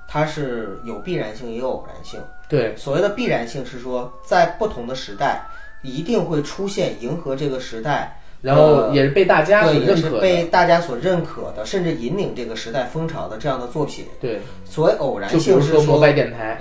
Speaker 3: 它是有必然性也有偶然性。
Speaker 2: 对
Speaker 3: 所谓的必然性是说，在不同的时代，一定会出现迎合这个时代，
Speaker 2: 然后
Speaker 3: 呃
Speaker 2: 也是被大家所
Speaker 3: 对，也
Speaker 2: 认
Speaker 3: 是
Speaker 2: 可
Speaker 3: 被
Speaker 2: 的，
Speaker 3: 大家所认可的，甚至引领这个时代风潮的这样的作品。
Speaker 2: 对，
Speaker 3: 所谓偶然
Speaker 2: 就比
Speaker 3: 性
Speaker 2: 如
Speaker 3: 是
Speaker 2: 说摩拜电台，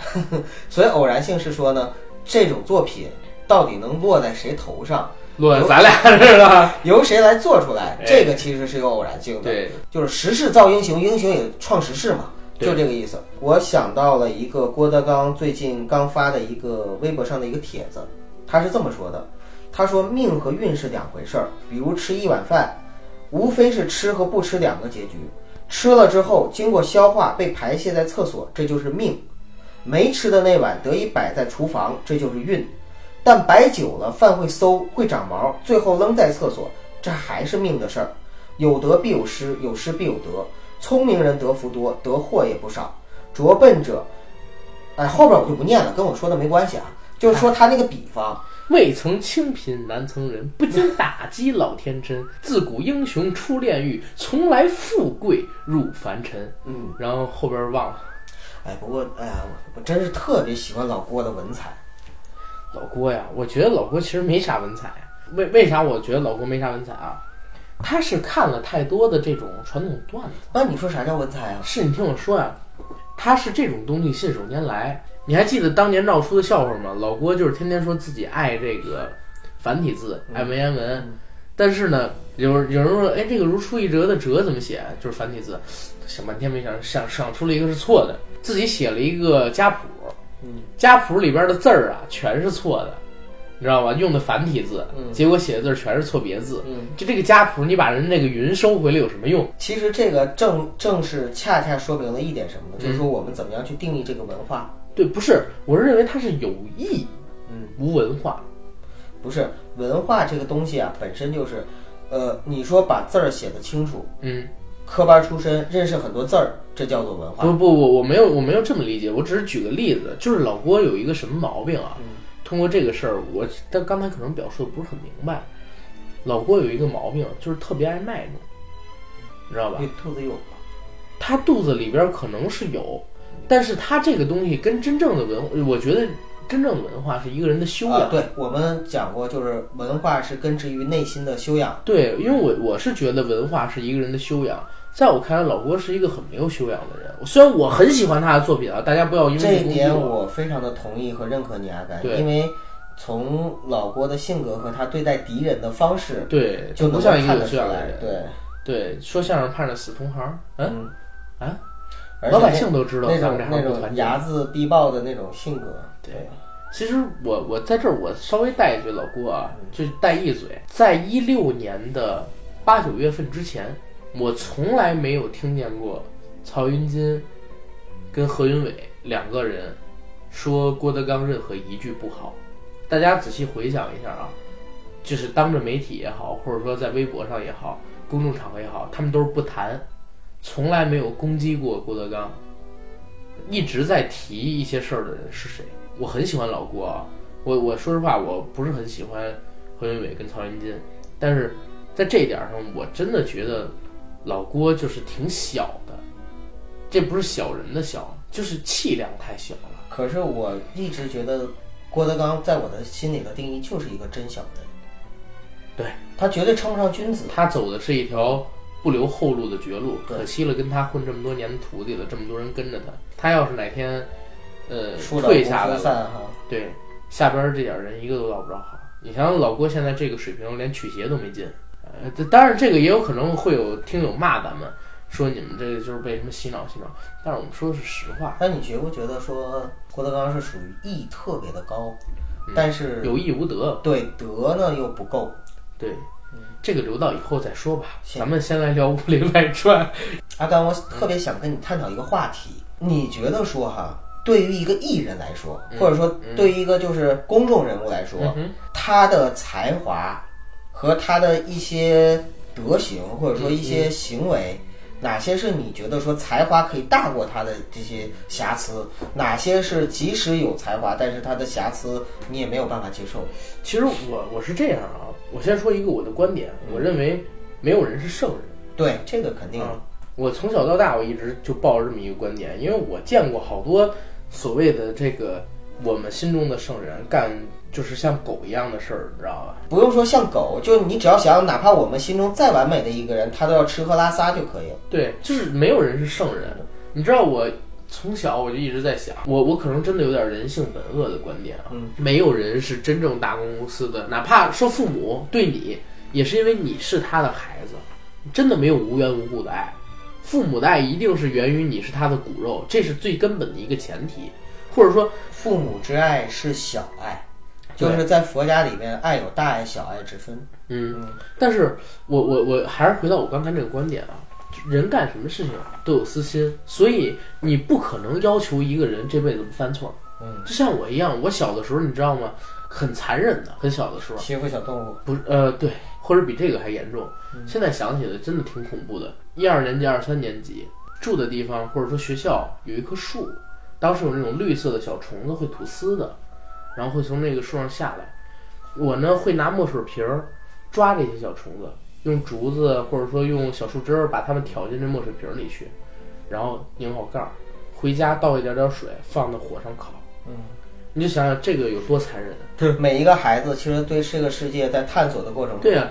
Speaker 3: 所谓偶然性是说呢，这种作品到底能落在谁头上，
Speaker 2: 落咱俩是 吧？
Speaker 3: 由谁来做出
Speaker 2: 哎
Speaker 3: 来，这个其实是有偶然性的。
Speaker 2: 对，
Speaker 3: 就是时势造英雄，英雄也创时势嘛，
Speaker 2: 对
Speaker 3: 就这个意思。我想到了一个郭德纲最近刚发的一个微博上的一个帖子，他是这么说的：他说命和运是两回事儿，比如吃一碗饭，无非是吃和不吃两个结局。吃了之后，经过消化被排泄在厕所，这就是命；没吃的那碗得以摆在厨房，这就是运。但摆久了，饭会馊，会长毛，最后扔在厕所，这还是命的事儿。有得必有失，有失必有得。聪明人得福多，得祸也不少。拙笨者，哎，后边我就不念了，跟我说的没关系啊。就是说他那个比方，
Speaker 2: 未曾清贫难成人，不经打击老天真。自古英雄出炼狱，从来富贵入凡尘。
Speaker 3: 嗯，
Speaker 2: 然后后边忘了，
Speaker 3: 哎，不过哎呀，我我真是特别喜欢老郭的文采。
Speaker 2: 老郭呀，我觉得老郭其实没啥文采。啊为为啥我觉得老郭没啥文采啊？他是看了太多的这种传统段子。
Speaker 3: 那你说啥叫文采啊？
Speaker 2: 是你听我说呀、他是这种东西信手拈来。你还记得当年闹出的笑话吗？老郭就是天天说自己爱这个繁体字，爱文言文，但是呢，有有人说，哎，这个如出一辙的“辙”怎么写？啊就是繁体字，想半天没想想想出了一个是错的，自己写了一个家谱，家谱里边的字儿啊全是错的，你知道吧？用的繁体字，结果写的字儿全是错别字，就这个家谱，你把人那个云收回来有什么用？
Speaker 3: 其实这个正正是恰恰说明了一点什么呢？就是说我们怎么样去定义这个文化，
Speaker 2: 对，不是，我是认为它是有意，
Speaker 3: 嗯，
Speaker 2: 无文化，
Speaker 3: 不是文化这个东西啊，本身就是，呃，你说把字儿写得清楚，
Speaker 2: 嗯，
Speaker 3: 科班出身，认识很多字儿，这叫做文化。
Speaker 2: 不不，我我没有我没有这么理解，我只是举个例子，就是老郭有一个什么毛病啊？通过这个事儿，我但刚才可能表述的不是很明白，老郭有一个毛病，就是特别爱卖弄，你知道吧
Speaker 3: 对？兔子有吗？
Speaker 2: 他肚子里边可能是有，但是他这个东西跟真正的文，我觉得真正文化是一个人的修养。
Speaker 3: 啊，对我们讲过，就是文化是根植于内心的修养。
Speaker 2: 对，因为我我是觉得文化是一个人的修养，在我看来，老郭是一个很没有修养的人。虽然我很喜欢他的作品啊，大家不要因为
Speaker 3: 这
Speaker 2: 个
Speaker 3: 一
Speaker 2: 攻击
Speaker 3: 点
Speaker 2: 我
Speaker 3: 我非常的同意和认可你阿甘，
Speaker 2: 对
Speaker 3: 因为从老郭的性格和他对待敌人的方式，
Speaker 2: 对
Speaker 3: 就
Speaker 2: 他不
Speaker 3: 能
Speaker 2: 像一
Speaker 3: 够
Speaker 2: 个
Speaker 3: 看
Speaker 2: 有
Speaker 3: 得
Speaker 2: 修
Speaker 3: 出
Speaker 2: 养的
Speaker 3: 来。
Speaker 2: 人。
Speaker 3: 对，
Speaker 2: 对，说相声盼着死同行，嗯
Speaker 3: 嗯，
Speaker 2: 啊，
Speaker 3: 而且
Speaker 2: 老百
Speaker 3: 那
Speaker 2: 姓都知道
Speaker 3: 那
Speaker 2: 咱
Speaker 3: 种
Speaker 2: 们这
Speaker 3: 那
Speaker 2: 行不
Speaker 3: 种
Speaker 2: 团结。
Speaker 3: 睚眦必报的那种性格，
Speaker 2: 对其实我我在这儿我稍微带一句老郭啊，就是带一嘴，在一六年的八九月份之前，我从来没有听见过曹云金跟何云伟两个人说郭德纲任何一句不好。大家仔细回想一下啊，就是当着媒体也好，或者说在微博上也好，公众场合也好，他们都是不谈，从来没有攻击过郭德纲。一直在提一些事儿的人是谁？我很喜欢老郭啊，我我说实话，我不是很喜欢何云伟跟曹云金，但是在这一点上，我真的觉得老郭就是挺小的，这不是小人的小，就是气量太小了。
Speaker 3: 可是我一直觉得郭德纲在我的心里的定义就是一个真小人，
Speaker 2: 对
Speaker 3: 他绝对称不上君子。
Speaker 2: 他走的是一条不留后路的绝路，
Speaker 3: 对
Speaker 2: 可惜了跟他混这么多年的徒弟了，这么多人跟着他，他要是哪天呃
Speaker 3: 树倒
Speaker 2: 退
Speaker 3: 猢
Speaker 2: 下来了，
Speaker 3: 狲散哈，
Speaker 2: 对，下边儿这点儿人一个都捞不着好。你想想老郭现在这个水平，连曲协都没进。呃，这当然这个也有可能会有听友骂咱们，说你们这个就是被什么洗脑洗脑，但是我们说的是实话，
Speaker 3: 但你觉不觉得说郭德纲是属于艺特别的高，但是
Speaker 2: 有意无德。
Speaker 3: 对德呢又不够？
Speaker 2: 对，这个留到以后再说吧。
Speaker 3: 嗯行
Speaker 2: 咱们先来聊《武林外传》。
Speaker 3: 阿甘，我特别想跟你探讨一个话题，你觉得说哈，对于一个艺人来说，或者说对于一个就是公众人物来说，
Speaker 2: 哼
Speaker 3: 他的才华和他的一些德行，或者说一些行为。哪些是你觉得说才华可以大过他的这些瑕疵？哪些是即使有才华，但是他的瑕疵你也没有办法接受？
Speaker 2: 其实我我是这样啊，我先说一个我的观点，
Speaker 3: 嗯
Speaker 2: 我认为没有人是圣人。
Speaker 3: 对，这个肯定
Speaker 2: 啊，我从小到大我一直就抱着这么一个观点，因为我见过好多所谓的这个我们心中的圣人干就是像狗一样的事儿，你知道吧？
Speaker 3: 不用说像狗，就你只要想，哪怕我们心中再完美的一个人，他都要吃喝拉撒就可以了。
Speaker 2: 对，就是没有人是圣人。你知道我从小我就一直在想，我我可能真的有点人性本恶的观点啊。
Speaker 3: 嗯，
Speaker 2: 没有人是真正大公无私的，哪怕说父母对你，也是因为你是他的孩子，真的没有无缘无故的爱。父母的爱一定是源于你是他的骨肉，这是最根本的一个前提，或者说
Speaker 3: 父母之爱是小爱，
Speaker 2: 对
Speaker 3: 就是在佛家里面，爱有大爱、小爱之分。
Speaker 2: 嗯，但是我我我还是回到我刚才那个观点啊，人干什么事情都有私心，所以你不可能要求一个人这辈子不犯错。
Speaker 3: 嗯，
Speaker 2: 就像我一样，我小的时候你知道吗？很残忍的，很小的时候，
Speaker 3: 欺负小动物，
Speaker 2: 不是呃对，或者比这个还严重。现在想起来真的挺恐怖的。一二年级、二三年级住的地方或者说学校有一棵树，当时有那种绿色的小虫子会吐丝的，然后会从那个树上下来。我呢会拿墨水瓶儿抓这些小虫子，用竹子或者说用小树枝儿把它们挑进这墨水瓶里去，然后拧好盖儿，回家倒一点点水放到火上烤。
Speaker 3: 嗯，
Speaker 2: 你就想想这个有多残忍。啊
Speaker 3: 每一个孩子其实对这个世界在探索的过程中，
Speaker 2: 对啊呀、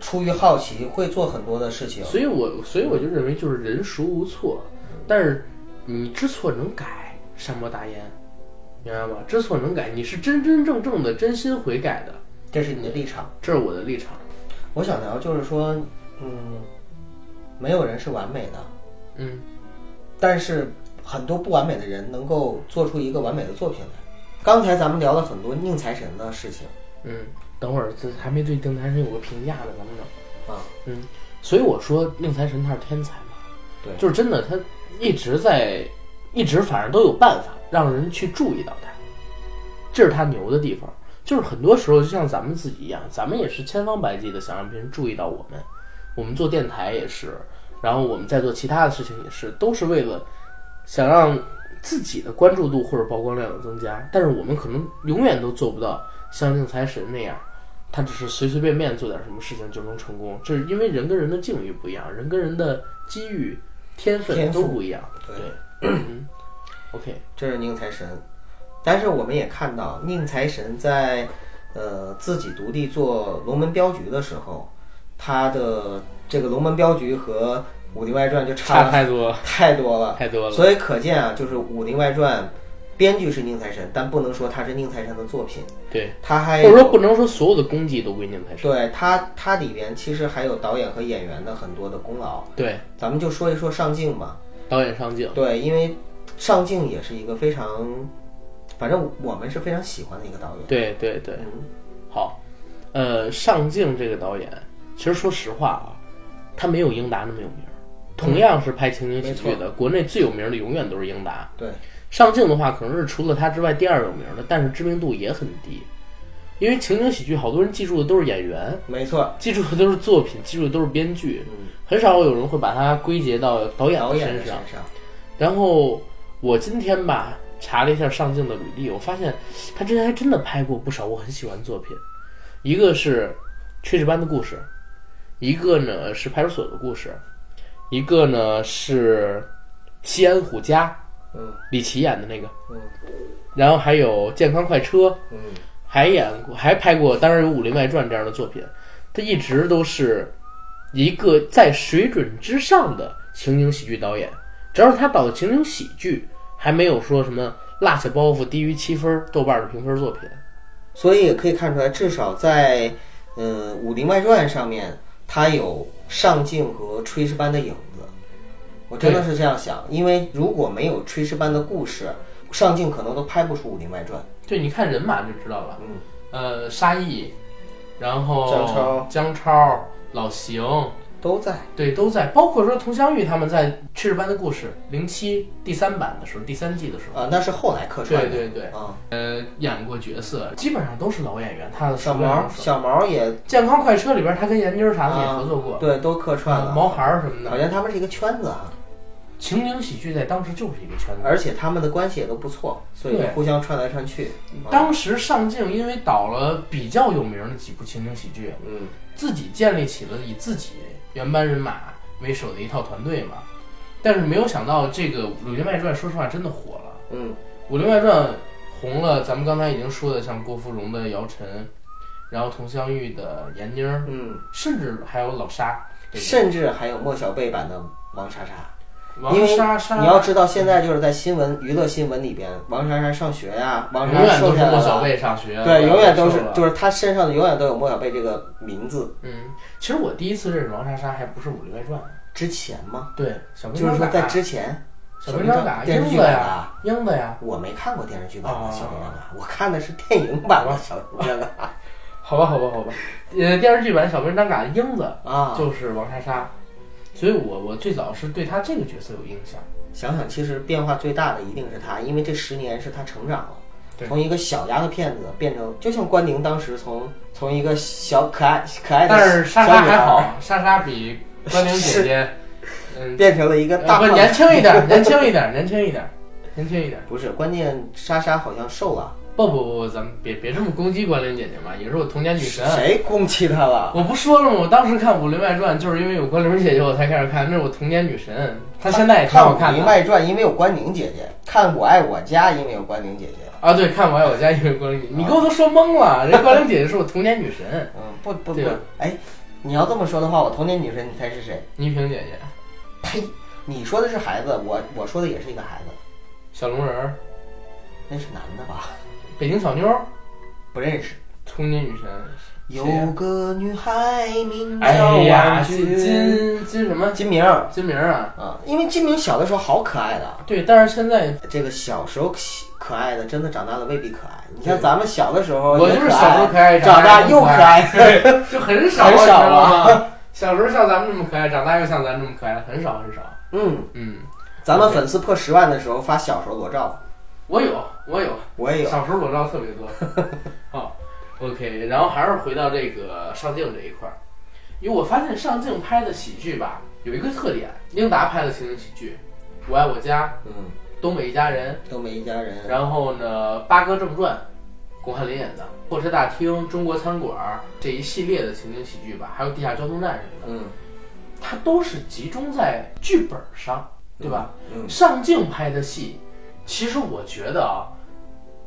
Speaker 3: 出于好奇会做很多的事情。
Speaker 2: 所以我所以我就认为就是人孰无错，但是你知错能改，善莫大焉，明白吗？知错能改，你是真真正正的真心悔改的，
Speaker 3: 这是你的立场。
Speaker 2: 这是我的立场。
Speaker 3: 我想聊就是说，嗯，没有人是完美的，
Speaker 2: 嗯，
Speaker 3: 但是很多不完美的人能够做出一个完美的作品来。刚才咱们聊了很多宁财神的事情
Speaker 2: 嗯，等会儿这还没对定财神有个评价呢，咱们等。
Speaker 3: 啊，
Speaker 2: 嗯，所以我说宁财神他是天才嘛，
Speaker 3: 对
Speaker 2: 就是真的他一直在，一直反正都有办法让人去注意到他，这是他牛的地方。就是很多时候就像咱们自己一样，咱们也是千方百计的想让别人注意到我们，我们做电台也是，然后我们在做其他的事情也是，都是为了想让自己的关注度或者曝光量有增加，但是我们可能永远都做不到像宁财神那样，他只是随随便便做点什么事情就能成功，这是因为人跟人的境遇不一样，人跟人的机遇、天分
Speaker 3: 天赋
Speaker 2: 都不一样。
Speaker 3: 对
Speaker 2: 对，OK，
Speaker 3: 这是宁财神。但是我们也看到，宁财神在呃自己独立做龙门镖局的时候，他的这个龙门镖局和《武林外传》就差
Speaker 2: 差
Speaker 3: 了
Speaker 2: 太多，
Speaker 3: 太多了，
Speaker 2: 太多了
Speaker 3: 所以可见啊，就是《武林外传》，编剧是宁财神，但不能说他是宁财神的作品，
Speaker 2: 对，
Speaker 3: 他还
Speaker 2: 或者
Speaker 3: 有
Speaker 2: 说不能说所有的功绩都归宁财神，
Speaker 3: 对他他里边其实还有导演和演员的很多的功劳。
Speaker 2: 对，
Speaker 3: 咱们就说一说上镜吧，
Speaker 2: 导演上镜，
Speaker 3: 对，因为上镜也是一个非常，反正我们是非常喜欢的一个导演。
Speaker 2: 对对对，
Speaker 3: 嗯，
Speaker 2: 好，呃，上镜这个导演，其实说实话啊，他没有英达那么有名儿。同样是拍情景喜剧的，国内最有名的永远都是英达。
Speaker 3: 对，
Speaker 2: 上镜的话，可能是除了他之外第二有名的，但是知名度也很低，因为情景喜剧好多人记住的都是演员，
Speaker 3: 没错，
Speaker 2: 记住的都是作品，记住的都是编剧，很少有人会把它归结到导演
Speaker 3: 导
Speaker 2: 的
Speaker 3: 演的
Speaker 2: 身
Speaker 3: 身
Speaker 2: 上。
Speaker 3: 上，
Speaker 2: 然后我今天吧查了一下上镜的履历，我发现他之前还真的拍过不少我很喜欢的作品，一个是《炊事班的故事》，一个呢是《派出所的故事》，一个呢是《西安虎家
Speaker 3: 嗯》
Speaker 2: 李琦演的那个，
Speaker 3: 嗯
Speaker 2: 然后还有《健康快车》，
Speaker 3: 嗯，
Speaker 2: 还演过，还拍过，当然有《武林外传》这样的作品，他一直都是一个在水准之上的情景喜剧导演。只要是他导的情景喜剧，还没有说什么落下包袱低于七分豆瓣的评分作品。
Speaker 3: 所以也可以看出来，至少在呃《武林外传》上面，它有上镜和炊事班的影子。我真的是这样想，因为如果没有炊事班的故事，上镜可能都拍不出《武林外传》。
Speaker 2: 对，你看人马就知道了。
Speaker 3: 嗯，
Speaker 2: 呃，沙溢，然后
Speaker 3: 张超
Speaker 2: 江超、老邢，
Speaker 3: 都在。
Speaker 2: 对，都在，包括说佟湘玉他们在《炊事班的故事》零七第三版的时候，第三季的时候，
Speaker 3: 啊、那是后来客串
Speaker 2: 对对
Speaker 3: 的。
Speaker 2: 对，
Speaker 3: 啊、
Speaker 2: 呃，演过角色，基本上都是老演员，他的
Speaker 3: 小
Speaker 2: 熟面
Speaker 3: 毛
Speaker 2: 容熟
Speaker 3: 小毛也
Speaker 2: 健康快车里边，他跟闫妮儿啥的也
Speaker 3: 啊
Speaker 2: 合作过，
Speaker 3: 对都客串
Speaker 2: 啊
Speaker 3: 了。
Speaker 2: 毛孩儿什么
Speaker 3: 好
Speaker 2: 的。
Speaker 3: 像他们是一个圈子啊，
Speaker 2: 情景喜剧在当时就是一个圈子。
Speaker 3: 而且他们的关系也都不错，所以就
Speaker 2: 对嗯
Speaker 3: 互相串来串去。啊
Speaker 2: 当时上镜因为导了比较有名的几部情景喜剧，
Speaker 3: 嗯，
Speaker 2: 自己建立起了以自己原班人马为首的一套团队嘛。但是没有想到这个《武林外传》，说实话真的火了。
Speaker 3: 嗯，
Speaker 2: 《武林外传》红了，咱们刚才已经说的，像郭芙蓉的姚晨，然后佟湘玉的闫妮儿，
Speaker 3: 嗯，
Speaker 2: 甚至还有老沙，对吧
Speaker 3: 甚至还有莫小贝版的王莎莎。因
Speaker 2: 王
Speaker 3: 为
Speaker 2: 莎莎。
Speaker 3: 你要知道，现在就是在新闻娱乐新闻里边，王莎莎上学呀、王莎
Speaker 2: 永
Speaker 3: 莎
Speaker 2: 远都
Speaker 3: 瘦
Speaker 2: 是
Speaker 3: 下来
Speaker 2: 莫小
Speaker 3: 了，
Speaker 2: 贝上学，
Speaker 3: 对，永远都是
Speaker 2: 瘦了
Speaker 3: 就是她身上的永远都有莫小贝这个名字。
Speaker 2: 嗯。其实我第一次认识王莎莎还不是《武林外传》，
Speaker 3: 之前吗？
Speaker 2: 对，小兵
Speaker 3: 就是
Speaker 2: 张
Speaker 3: 说
Speaker 2: 嘎
Speaker 3: 在之前，
Speaker 2: 小兵张
Speaker 3: 小
Speaker 2: 嘎、英啊
Speaker 3: 兵张电视
Speaker 2: 子
Speaker 3: 剧版
Speaker 2: 呀
Speaker 3: 的、啊
Speaker 2: 英子呀，
Speaker 3: 我没看过电视剧版的
Speaker 2: 哦
Speaker 3: 《小姑娘啊，我看的是电影版的《小姑娘 啊。
Speaker 2: 好吧，好吧，好吧。呃，电视剧版小兵张嘎的英子
Speaker 3: 啊，
Speaker 2: 就是王莎莎，所以我我最早是对她这个角色有印象。
Speaker 3: 想想，其实变化最大的一定是他，因为这十年是他成长了
Speaker 2: 对，
Speaker 3: 从一个小丫头片子变成，就像关宁当时从从一个小可爱可爱的
Speaker 2: 但是莎
Speaker 3: 小
Speaker 2: 莎
Speaker 3: 女
Speaker 2: 还
Speaker 3: 孩
Speaker 2: 好，莎莎比关凌姐姐，嗯，
Speaker 3: 变成了一个
Speaker 2: 呃
Speaker 3: 大
Speaker 2: 不
Speaker 3: 胖
Speaker 2: 年轻一点，年轻一点，年轻一点，年轻一点。
Speaker 3: 不是，关键莎莎好像瘦了，
Speaker 2: 不不不，咱们别别这么攻击关凌姐姐嘛，也是我童年女神。
Speaker 3: 谁攻击她了？
Speaker 2: 我不说了吗？我当时看《武林外传》，就是因为有关凌姐姐，我才开始看，那是我童年女神。 她现在也挺
Speaker 3: 看
Speaker 2: 好
Speaker 3: 《
Speaker 2: 看
Speaker 3: 武林
Speaker 2: 的
Speaker 3: 外传》，因为有关宁姐姐；看《我爱我家》，因为有关宁姐姐。
Speaker 2: 啊。对，看《我爱我家》因为关凌姐姐，你给我都说懵了。人家关凌姐姐是我童年女神，
Speaker 3: 嗯，不不不
Speaker 2: 对吧，
Speaker 3: 哎，你要这么说的话，我童年女神你猜是谁？
Speaker 2: 倪萍姐姐、
Speaker 3: 呸！你说的是孩子，我我说的也是一个孩子，
Speaker 2: 小龙人儿、
Speaker 3: 那是男的吧？
Speaker 2: 北京小妞儿，
Speaker 3: 不认识。啊
Speaker 2: 童年女神。
Speaker 3: 有
Speaker 2: 谁呀
Speaker 3: 个女孩名
Speaker 2: 哎
Speaker 3: 嗯叫
Speaker 2: 呀，
Speaker 3: 婉
Speaker 2: 金
Speaker 3: 君，
Speaker 2: 金金什么
Speaker 3: 金明儿
Speaker 2: 金明儿啊？
Speaker 3: 啊，因为金明小的时候好可爱的，
Speaker 2: 对，但是现在
Speaker 3: 这个小时候可爱的，真的长大了未必可爱。你像
Speaker 2: 对
Speaker 3: 咱们小的时候
Speaker 2: 我
Speaker 3: 哦也可爱，
Speaker 2: 就是小时候可爱，
Speaker 3: 长
Speaker 2: 大
Speaker 3: 大又
Speaker 2: 可
Speaker 3: 可爱，
Speaker 2: 对就很少，
Speaker 3: 很少
Speaker 2: 你知道吗？ 小时候像咱们这么可爱，长大又像咱们这么可爱了，很少很少。
Speaker 3: 嗯，
Speaker 2: 嗯，
Speaker 3: 咱们粉丝破十万的时候发小时候裸照，
Speaker 2: 我有，我有。
Speaker 3: 我也有。
Speaker 2: 小时候裸照特别多。 好、o k 然后还是回到这个上镜这一块儿，因为我发现上镜拍的喜剧吧，有一个特点，英达拍的情景喜剧，《我爱我家
Speaker 3: 嗯，》
Speaker 2: 《东北一家人
Speaker 3: 东北一家》，人，
Speaker 2: 然后呢，《八哥正传》，巩汉林演的，《货车大厅》《中国餐馆》这一系列的情景喜剧吧，还有《地下交通站》什么的，
Speaker 3: 嗯
Speaker 2: 它都是集中在剧本上，对吧？
Speaker 3: 嗯
Speaker 2: 上镜拍的戏，其实我觉得啊，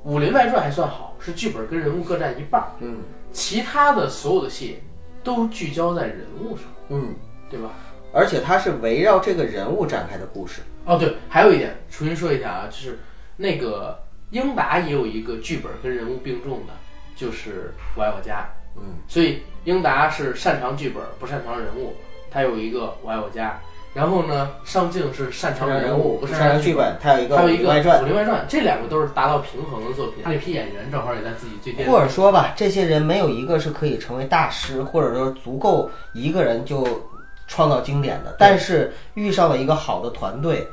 Speaker 2: 武林外传》还算好，是剧本跟人物各占一半儿，
Speaker 4: 嗯
Speaker 2: 其他的所有的戏都聚焦在人物上，
Speaker 3: 嗯，
Speaker 2: 对吧？
Speaker 3: 而且它是围绕这个人物展开的故事。
Speaker 2: 哦，对，还有一点，重新说一下啊，就是那个英达也有一个剧本跟人物并重的，就是《我爱我家》。
Speaker 3: 嗯，
Speaker 2: 所以英达是擅长剧本，不擅长人物，他有一个《我爱我家》。然后呢，上镜是擅长人物，不
Speaker 3: 不
Speaker 2: 擅
Speaker 3: 擅
Speaker 2: 长
Speaker 3: 长
Speaker 2: 剧
Speaker 3: 剧
Speaker 2: 本。
Speaker 3: 本，它有一个
Speaker 2: 还有一个
Speaker 3: 外
Speaker 2: 《
Speaker 3: 传
Speaker 2: 武。林外传》，这两个都是达到平衡的作品。他这批演员正好也在自己最巅
Speaker 3: 或
Speaker 2: 峰
Speaker 3: 者。说吧，这些人没有一个是可以成为大师，或者说足够一个人就创造经典的。但是遇上了一个好的团队，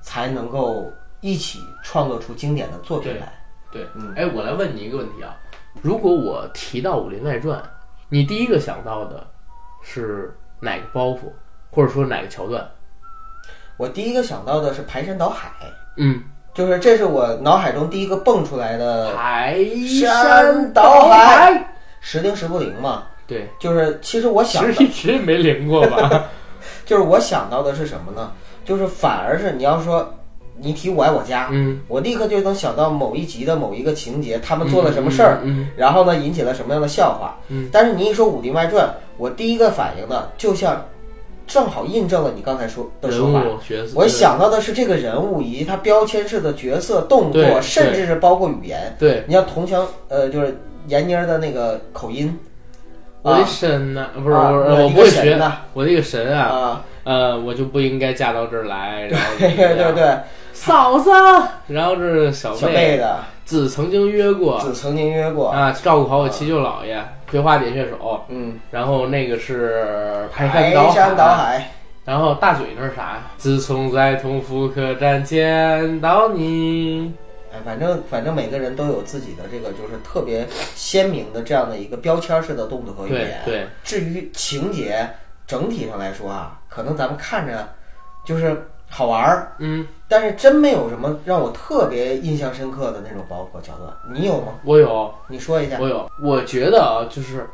Speaker 3: 才能够一起创作出经典的作品来。
Speaker 2: 对
Speaker 3: 嗯，
Speaker 2: 哎，我来问你一个问题啊，如果我提到《武林外传》，你第一个想到的是哪个包袱，或者说哪个桥段？
Speaker 3: 我第一个想到的是排山倒海，
Speaker 2: 嗯，
Speaker 3: 就是这是我脑海中第一个蹦出来
Speaker 2: 啊
Speaker 3: 的
Speaker 2: 呃排
Speaker 3: 山倒海。时灵时不灵嘛。
Speaker 2: 对，
Speaker 3: 就是其实我
Speaker 2: 其
Speaker 3: 呃想的
Speaker 2: 实一直也没灵过 吧？
Speaker 3: 就是我想到的是什么呢？就是反而是你要说你提我爱我家，
Speaker 2: 嗯，
Speaker 3: 我立刻就能想到某一集的某一个情节，他们做了什么事儿，
Speaker 2: 嗯
Speaker 3: 然后呢引起了什么样的笑话。
Speaker 2: 嗯
Speaker 3: 但是你一说《武林外传》，我第一个反应呢，就像正好印证了你刚才说的
Speaker 2: 人
Speaker 3: 说法。
Speaker 2: 物角色，
Speaker 3: 我想到的是这个人物以及他标签式的角色、动
Speaker 2: 对
Speaker 3: 作，甚至是包括语言。
Speaker 2: 对，
Speaker 3: 你像佟湘，呃，就是闫妮儿的那个口音，
Speaker 2: 我的
Speaker 3: 啊
Speaker 2: 神呐，不是
Speaker 3: 啊
Speaker 2: 我
Speaker 3: 我的
Speaker 2: 我
Speaker 3: 一
Speaker 2: 不
Speaker 3: 个
Speaker 2: 会
Speaker 3: 神
Speaker 2: 学
Speaker 3: 呐，
Speaker 2: 我的一个神啊，
Speaker 3: 啊，
Speaker 2: 呃，我就不应该嫁到这儿来，然后
Speaker 3: 对对对，
Speaker 2: 嫂子， 然后这是小
Speaker 3: 小贝的。
Speaker 2: 子曾经约过
Speaker 3: 只曾经约过，
Speaker 2: 啊，照顾好我七舅姥爷，葵花点穴手，
Speaker 3: 嗯，
Speaker 2: 然后那个是排
Speaker 3: 排
Speaker 2: 倒
Speaker 3: 山倒海，
Speaker 2: 然后大嘴那是啥呀？自从在同福客栈见到你，
Speaker 3: 哎，反正反正每个人都有自己的这个就是特别鲜明的这样的一个标签式的动作和语
Speaker 2: 对
Speaker 3: 言。
Speaker 2: 对，
Speaker 3: 至于情节，整体上来说啊，可能咱们看着就是好玩儿，
Speaker 2: 嗯，
Speaker 3: 但是真没有什么让我特别印象深刻的那种包括桥段。你有吗？
Speaker 2: 我有
Speaker 3: 你说一下。
Speaker 2: 我有，我觉得啊，就是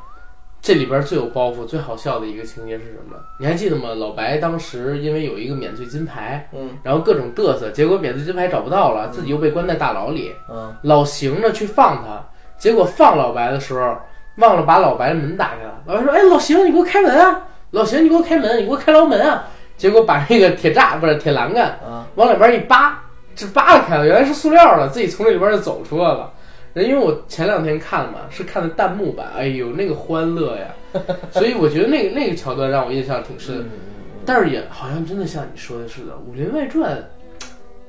Speaker 2: 这里边最有包袱、最好笑的一个情节是什么？你还记得吗？老白当时因为有一个免罪金牌，
Speaker 3: 嗯
Speaker 2: 然后各种嘚瑟，结果免罪金牌找不到了，自己又被关在大牢里。
Speaker 3: 嗯
Speaker 2: 老邢呢去放他，结果放老白的时候忘了把老白的门打开了。老白说：“哎，老邢，你给我开门啊！老邢，你给我开门，你给我开牢门啊！”结果把那个铁栅不是铁栏杆
Speaker 3: 啊
Speaker 2: 往里边一扒，就扒拉开了，原来是塑料的，自己从这里边就走出来了。人因为我前两天看了嘛，是看的弹幕版，哎呦那个欢乐 呀，所以我觉得那个那个桥段让我印象挺深。
Speaker 3: 嗯
Speaker 2: 但是也好像真的像你说的似的，《武林外传》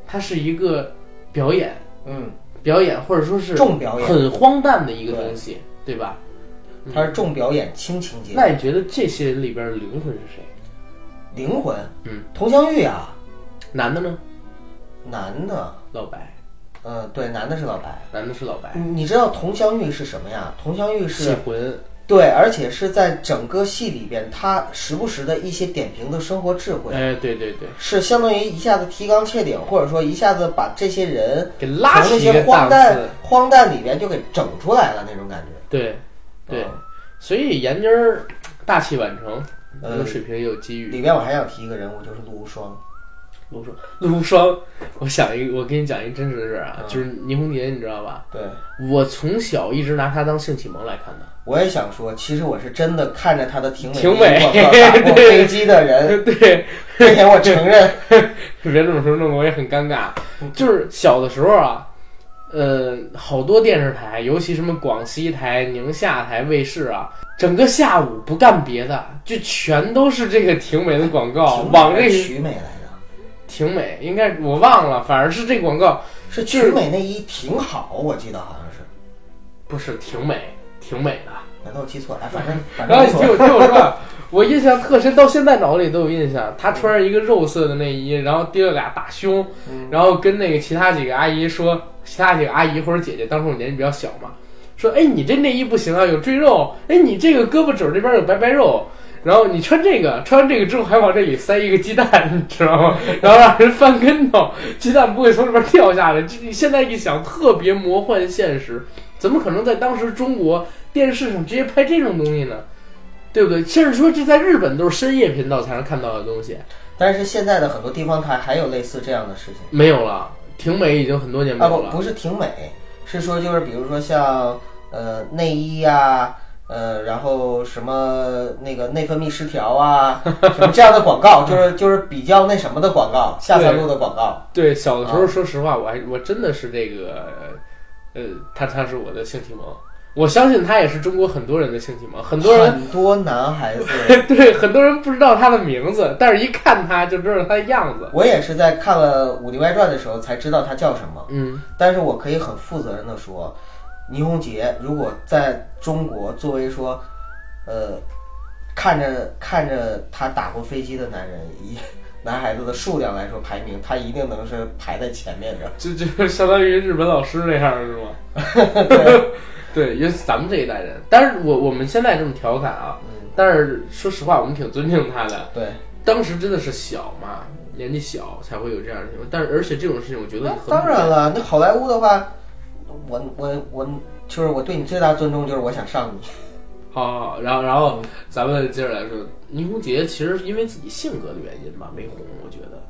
Speaker 2: 它是一个表演，
Speaker 3: 嗯，
Speaker 2: 表演，或者说是
Speaker 3: 重表演，
Speaker 2: 很荒诞的一个东西，对吧？
Speaker 3: 它是重表演轻情节，
Speaker 2: 那你觉得这些人里边的灵魂是谁？
Speaker 3: 灵魂。
Speaker 2: 嗯，
Speaker 3: 佟湘玉啊，
Speaker 2: 男的呢？
Speaker 3: 男的，
Speaker 2: 老白，
Speaker 3: 嗯、对，男的是老白。
Speaker 2: 男的是老白，
Speaker 3: 你知道佟湘玉是什么呀？佟湘玉
Speaker 2: 戏
Speaker 3: 是
Speaker 2: 魂，
Speaker 3: 对，而且是在整个戏里边，她时不时的一些点评的生活智慧，
Speaker 2: 哎，对对对，
Speaker 3: 是相当于一下子提纲挈领，或者说一下子把这些人
Speaker 2: 给
Speaker 3: 从
Speaker 2: 拉
Speaker 3: 那
Speaker 2: 起一
Speaker 3: 些
Speaker 2: 个
Speaker 3: 荒
Speaker 2: 档
Speaker 3: 诞
Speaker 2: 次，
Speaker 3: 荒诞里边就给整出来了那种感觉。
Speaker 2: 对对
Speaker 3: 嗯，
Speaker 2: 所以闫妮儿大器晚成，
Speaker 3: 呃
Speaker 2: 有水平也有机遇。
Speaker 3: 里边我还想提一个人物，就是陆无双。
Speaker 2: 陆双，陆双，我想一个，我跟你讲一个真实的事儿啊，
Speaker 3: 嗯
Speaker 2: 就是倪虹洁，你知道吧？
Speaker 3: 对，
Speaker 2: 我从小一直拿她当性启蒙来看的。
Speaker 3: 我也想说，其实我是真的看着他的挺
Speaker 2: 挺
Speaker 3: 美
Speaker 2: 美
Speaker 3: 经过打过
Speaker 2: 对
Speaker 3: 飞机 的人，
Speaker 2: 对，
Speaker 3: 这点我承认。
Speaker 2: 别这么说，弄得我也很尴尬。就是小的时候啊，呃，好多电视台，尤其什么广西台、宁夏台、卫视啊，整个下午不干别的，就全都是这个婷美的广告，往这个
Speaker 3: 曲美来的。
Speaker 2: 婷美，应该我忘了，反而是这广告
Speaker 3: 是
Speaker 2: 就
Speaker 3: 曲
Speaker 2: 是
Speaker 3: 美内衣挺好，我记得好像是，
Speaker 2: 不是婷美，婷美的。
Speaker 3: 难道我记错？哎，反正反
Speaker 2: 然后
Speaker 3: 正
Speaker 2: 你
Speaker 3: 不
Speaker 2: 听
Speaker 3: 错
Speaker 2: 我听我说啊，我印象特深，到现在脑子里都有印象。她穿着一个肉色的内衣，然后提了俩大胸，
Speaker 3: 嗯
Speaker 2: 然后跟那个其他几个阿姨说，其他几个阿姨或者姐姐，当时我年纪比较小嘛，说，哎，你这内衣不行啊，有赘肉，哎，你这个胳膊肘这边有白白肉。然后你穿这个，穿完这个之后还往这里塞一个鸡蛋，你知道吗？然后让人翻跟头，鸡蛋不会从里边掉下来。这你现在一想，特别魔幻现实，怎么可能在当时中国电视上直接拍这种东西呢？对不对？甚至说这在日本都是深夜频道才能看到的东西，
Speaker 3: 但是现在的很多地方台还有类似这样的事情
Speaker 2: 没有了。婷美已经很多年没
Speaker 3: 啊，
Speaker 2: 有
Speaker 3: 不
Speaker 2: 了。
Speaker 3: 不是挺美，是说就是比如说像呃内衣啊，呃，然后什么那个内分泌失 调啊，什么这样的广告，就是就是比较那什么的广告，下三路的广告。
Speaker 2: 对，小的时
Speaker 3: 啊
Speaker 2: 候，说实话，我还我真的是这个，呃，他他是我的性启蒙，我相信他也是中国很多人的性启蒙，很多人
Speaker 3: 很多男孩子，
Speaker 2: 对很多人不知道他的名字，但是一看他就知道他的样子。
Speaker 3: 我也是在看了《武林外传》的时候才知道他叫什么。
Speaker 2: 嗯，
Speaker 3: 但是我可以很负责任的说，倪虹洁如果在中国作为说，呃，看着看着他打过飞机的男人，以 男孩子的数量来说排名，他一定能是排在前面的。
Speaker 2: 就就相当于日本老师那样是吗？ 对，也是咱们这一代人。但是我我们现在这么调侃啊，
Speaker 3: 嗯，
Speaker 2: 但是说实话，我们挺尊敬他的。
Speaker 3: 对。
Speaker 2: 当时真的是小嘛，年纪小才会有这样的情况。但是而且这种事情，我觉得
Speaker 3: 那
Speaker 2: 很普遍
Speaker 3: 当然了，那好莱坞的话，我我我就是我对你最大尊重就是我想上你。
Speaker 2: 好，好，好然后然后咱们接着来说，倪虹洁其实因为自己性格的原因吧，没红。我觉得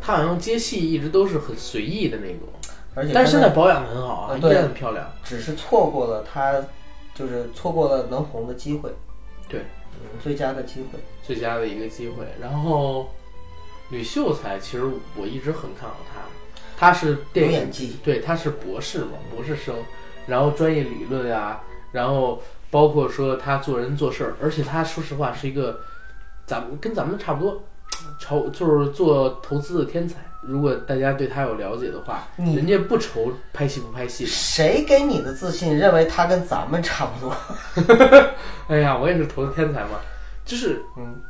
Speaker 2: 她好像接戏一直都是很随意的那种，
Speaker 3: 而且
Speaker 2: 但是现
Speaker 3: 真的
Speaker 2: 在保养得很好啊，
Speaker 3: 呃
Speaker 2: 依
Speaker 3: 对
Speaker 2: 然很漂亮。
Speaker 3: 只是错过了他，就是错过了能红的机会，
Speaker 2: 对，
Speaker 3: 嗯最佳的机会。
Speaker 2: 最佳的一个机会。然后吕秀才，其实我一直很看好她，她是
Speaker 3: 有
Speaker 2: 电影
Speaker 3: 演技，
Speaker 2: 对，他是博士嘛，博士生，然后专业理论啊，然后包括说他做人做事儿，而且他说实话是一个，咱们跟咱们差不多，潮就是做投资的天才。如果大家对他有了解的话，
Speaker 3: 你
Speaker 2: 人家不愁拍戏不拍戏。
Speaker 3: 谁给你的自信认为他跟咱们差不多？
Speaker 2: 哎呀，我也是投资天才嘛，就是
Speaker 3: 嗯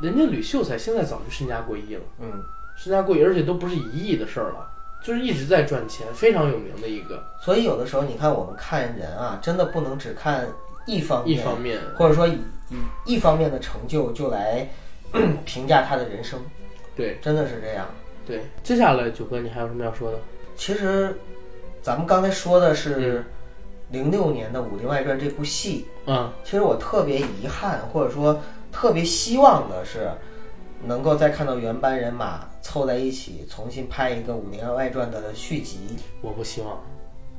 Speaker 2: 人家吕秀才现在早就身家过亿了，
Speaker 3: 嗯，
Speaker 2: 身家过亿，而且都不是一亿的事儿了，就是一直在赚钱，非常有名的一个
Speaker 3: 所以有的时候你看我们看人啊，真的不能只看一方
Speaker 2: 一
Speaker 3: 面，
Speaker 2: 方面。
Speaker 3: 或者说以以一方面的成就就来 评价他的人生，
Speaker 2: 对
Speaker 3: 真的是这样。
Speaker 2: 对，接下来九哥，你还有什么要说的？
Speaker 3: 其实咱们刚才说的是零六年的《武林外传》这部戏，
Speaker 2: 嗯，
Speaker 3: 其实我特别遗憾，或者说特别希望的是，能够再看到原班人马凑在一起，重新拍一个《武林外传》的续集。
Speaker 2: 我不希望，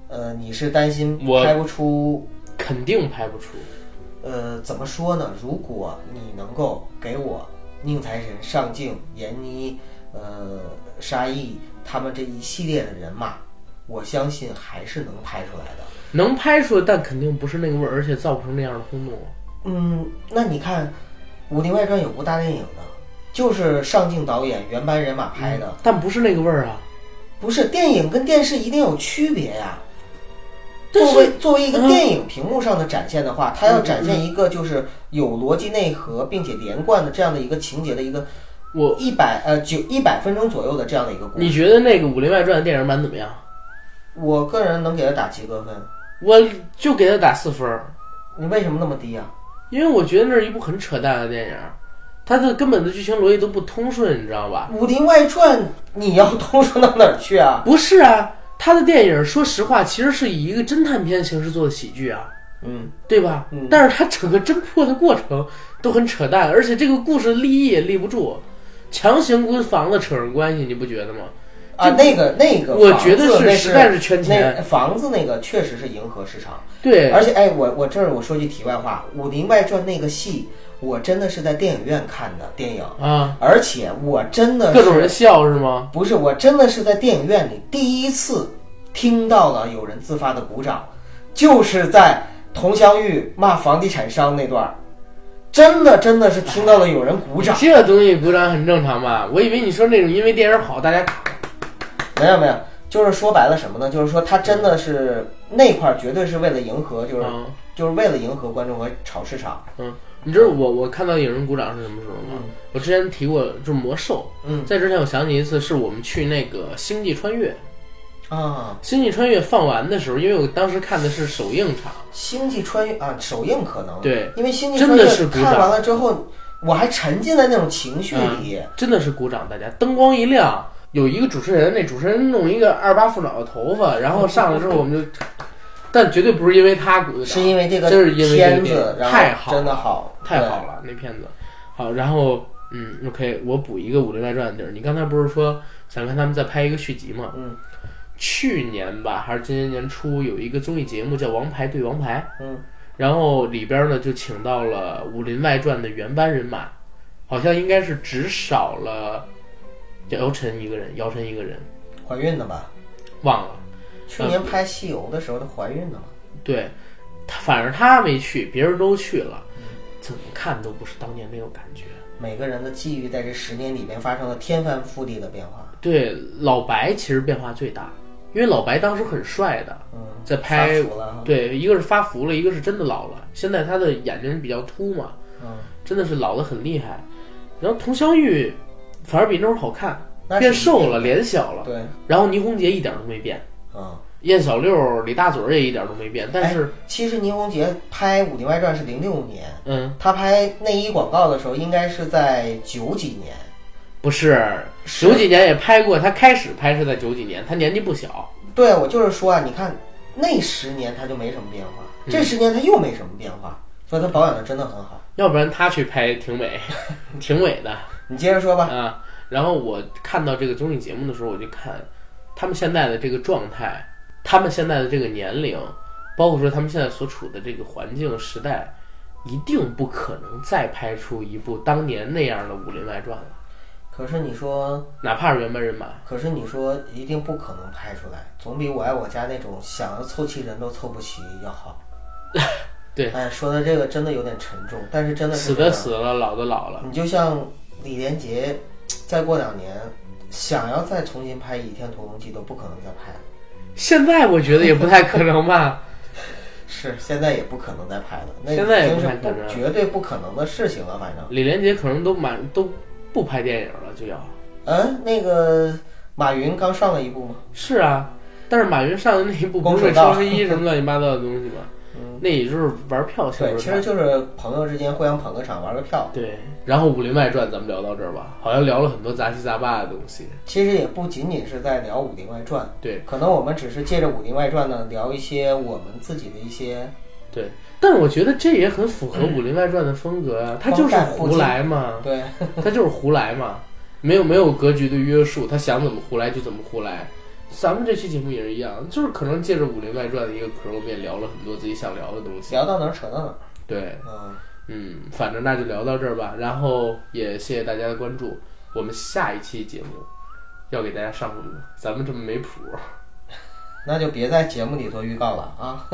Speaker 3: 呃，你是担心
Speaker 2: 我
Speaker 3: 拍不出？
Speaker 2: 肯定拍不出。
Speaker 3: 呃，怎么说呢？如果你能够给我宁财神、上镜、闫妮、呃沙溢他们这一系列的人马，我相信还是能拍出来的。
Speaker 2: 能拍出来，但肯定不是那个味儿，而且造不成那样的轰动。
Speaker 3: 嗯，那你看，《武林外传》有部大电影呢，就是上镜导演原班人马拍的，
Speaker 2: 但不是那个味儿啊！
Speaker 3: 不是电影跟电视一定有区别呀。
Speaker 2: 但
Speaker 3: 作
Speaker 2: 是
Speaker 3: 为作为一个
Speaker 2: 嗯
Speaker 3: 电影屏幕上的展现的话，它要展现一个就是有逻辑内核并且连贯的这样的一个情节的一个
Speaker 2: 我，
Speaker 3: 一百呃九一百分钟左右的这样的一个故
Speaker 2: 你
Speaker 3: 事。
Speaker 2: 觉得那个《武林外传》的电影版怎么样？
Speaker 3: 我个人能给它打及格分，
Speaker 2: 我就给他打四分儿，
Speaker 3: 你为什么那么低啊？
Speaker 2: 因为我觉得那是一部很扯淡的电影，它的根本的剧情逻辑都不通顺，你知道吧？
Speaker 3: 《武林外传》你要通顺到哪儿去啊？
Speaker 2: 不是啊，他的电影说实话其实是以一个侦探片形式做的喜剧啊。
Speaker 3: 嗯，
Speaker 2: 对吧？
Speaker 3: 嗯
Speaker 2: 但是他整个侦破的过程都很扯淡，而且这个故事立意也立不住，强行跟房子扯上关系，你不觉得吗？
Speaker 3: 啊，那个那个
Speaker 2: 我
Speaker 3: 房
Speaker 2: 觉得
Speaker 3: 子
Speaker 2: 是
Speaker 3: 那
Speaker 2: 实在是圈钱
Speaker 3: 那房子那个确实是迎合市场，
Speaker 2: 对，
Speaker 3: 而且哎，我我这儿我说句题外话，《武林外传》那个戏，我真的是在电影院看的电影，
Speaker 2: 啊，
Speaker 3: 而且我真的是
Speaker 2: 各种人笑是吗？
Speaker 3: 不是，我真的是在电影院里第一次听到了有人自发的鼓掌，就是在佟湘玉骂房地产商那段儿，真的真的是听到了有人鼓掌。
Speaker 2: 这东西鼓掌很正常吧？我以为你说那种因为电影好，大家啊
Speaker 3: 没有没有，就是说白了什么呢？就是说他真的是那块儿绝对是为了迎合，就是、
Speaker 2: 嗯
Speaker 3: 就是为了迎合观众和炒市场。
Speaker 2: 嗯，你知道我我看到有人鼓掌是什么时候吗？我之前提过，就是魔兽。
Speaker 3: 嗯
Speaker 2: 在之前我想起一次，是我们去那个《星际穿越》，《
Speaker 3: 啊，
Speaker 2: 星际穿越》放完的时候，因为我当时看的是首映场，
Speaker 3: 星际穿越啊，首映可能
Speaker 2: 对
Speaker 3: 因为星际
Speaker 2: 真
Speaker 3: 穿
Speaker 2: 的
Speaker 3: 越
Speaker 2: 是鼓掌
Speaker 3: 看完了之后，我还沉浸在那种情绪里。
Speaker 2: 真的是鼓掌，大家灯光一亮，有一个主持人，那主持人弄一个二八妇脑的头发，然后上来之后我们就，但绝对不是因为他鼓的掌，
Speaker 3: 是因为这个
Speaker 2: 真嗯是因为这个
Speaker 3: 片子，然后
Speaker 2: 太好了
Speaker 3: 真的好，
Speaker 2: 太好了，那片子好，然后嗯，OK，我补一个《武林外传》的地儿，你刚才不是说想看他们再拍一个续集吗？
Speaker 3: 嗯，
Speaker 2: 去年吧，还是今年年初有一个综艺节目叫《王牌对王牌》，
Speaker 3: 嗯
Speaker 2: 然后里边呢就请到了《武林外传》的原班人马，好像应该是只少了姚晨一个人，姚晨一个人
Speaker 3: 怀孕的吧？
Speaker 2: 忘了。
Speaker 3: 去年拍《西游》的时候，她怀孕的了。
Speaker 2: 对，他反正他没去，别人都去了，怎么看都不是当年那种感觉。
Speaker 3: 每个人的际遇在这十年里面发生了天翻覆地的变化。
Speaker 2: 对，老白其实变化最大，因为老白当时很帅的，
Speaker 3: 嗯，
Speaker 2: 在拍
Speaker 3: 发福了哈。
Speaker 2: 对，一个是发福了，一个是真的老了。现在他的眼睛比较凸嘛，
Speaker 3: 嗯，
Speaker 2: 真的是老的很厉害。然后佟湘玉反而比那会儿好看，
Speaker 3: 那是
Speaker 2: 变瘦了，脸小了。
Speaker 3: 嗯对，
Speaker 2: 然后倪虹洁一点都没变，
Speaker 3: 嗯。
Speaker 2: 燕小六、李大嘴儿也一点都没变，但是
Speaker 3: 哎，其实倪虹洁拍《武林外传》是零六年，
Speaker 2: 嗯，
Speaker 3: 她拍内衣广告的时候应该是在九几年。
Speaker 2: 不是
Speaker 3: 是
Speaker 2: 九几年也拍过，他开始拍是在九几年，他年纪不小。
Speaker 3: 对，我就是说啊，你看那十年她就没什么变化，这十年她又没什么变化，所以她保养的真的很好。
Speaker 2: 要不然他去拍挺美，挺美的
Speaker 3: 你接着说吧。
Speaker 2: 啊。然后我看到这个综艺节目的时候，我就看他们现在的这个状态，他们现在的这个年龄，包括说他们现在所处的这个环境时代，一定不可能再拍出一部当年那样的《武林外传》了，
Speaker 3: 可是你说，
Speaker 2: 哪怕是原班人马。
Speaker 3: 可是你说，一定不可能拍出来，总比我爱我家那种想要凑齐人都凑不齐要 好。
Speaker 2: 对
Speaker 3: 哎，说的这个真的有点沉重，但是真的是
Speaker 2: 死
Speaker 3: 这
Speaker 2: 的
Speaker 3: 样。
Speaker 2: 死了，老的老 了。
Speaker 3: 你就像李连杰，再过两年想要再重新拍《倚天屠龙记》都不可能再拍了，
Speaker 2: 现在我觉得也不太可能吧。
Speaker 3: 是现在也不可能再拍了，那已
Speaker 2: 现在也
Speaker 3: 经
Speaker 2: 不
Speaker 3: 是
Speaker 2: 太可能
Speaker 3: 绝对不可能的事情了。反正，
Speaker 2: 李连杰可能都满都不拍电影了，就要。
Speaker 3: 嗯，那个马云刚上了一部吗？
Speaker 2: 是啊，但是马云上的那一部不是双十一什么乱七八糟的东西吗？那也就是玩票性
Speaker 3: 嗯对，
Speaker 2: 质
Speaker 3: 其
Speaker 2: 吧
Speaker 3: 实就是朋友之间互相捧个场，玩个票。
Speaker 2: 对。然后《武林外传》咱们聊到这儿吧，好像聊了很多杂七杂八的东西。
Speaker 3: 其实也不仅仅是在聊《武林外传》，
Speaker 2: 对
Speaker 3: 可能我们只是借着《武林外传》呢，聊一些我们自己的一些
Speaker 2: 对，但是我觉得这也很符合《武林外传》的风格啊，它就是胡来 嘛，
Speaker 3: 对，
Speaker 2: 它就是胡来嘛，没有没有格局的约束，他想怎么胡来就怎么胡来。咱们这期节目也是一样，就是可能借着《武林外传》的一个壳，我们也聊了很多自己想聊的东西。
Speaker 3: 聊到哪儿扯到哪儿。
Speaker 2: 对，
Speaker 3: 嗯，
Speaker 2: 嗯，反正那就聊到这儿吧。然后也谢谢大家的关注，我们下一期节目要给大家上什么？咱们这么没谱。
Speaker 3: 那就别在节目里做预告了啊。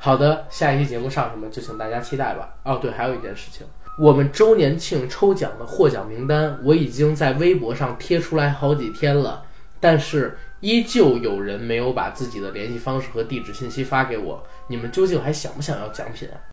Speaker 2: 好的，下一期节目上什么就请大家期待吧。哦，对，还有一件事情，我们周年庆抽奖的获奖名单我已经在微博上贴出来好几天了，但是依旧有人没有把自己的联系方式和地址信息发给我。你们究竟还想不想要奖品啊？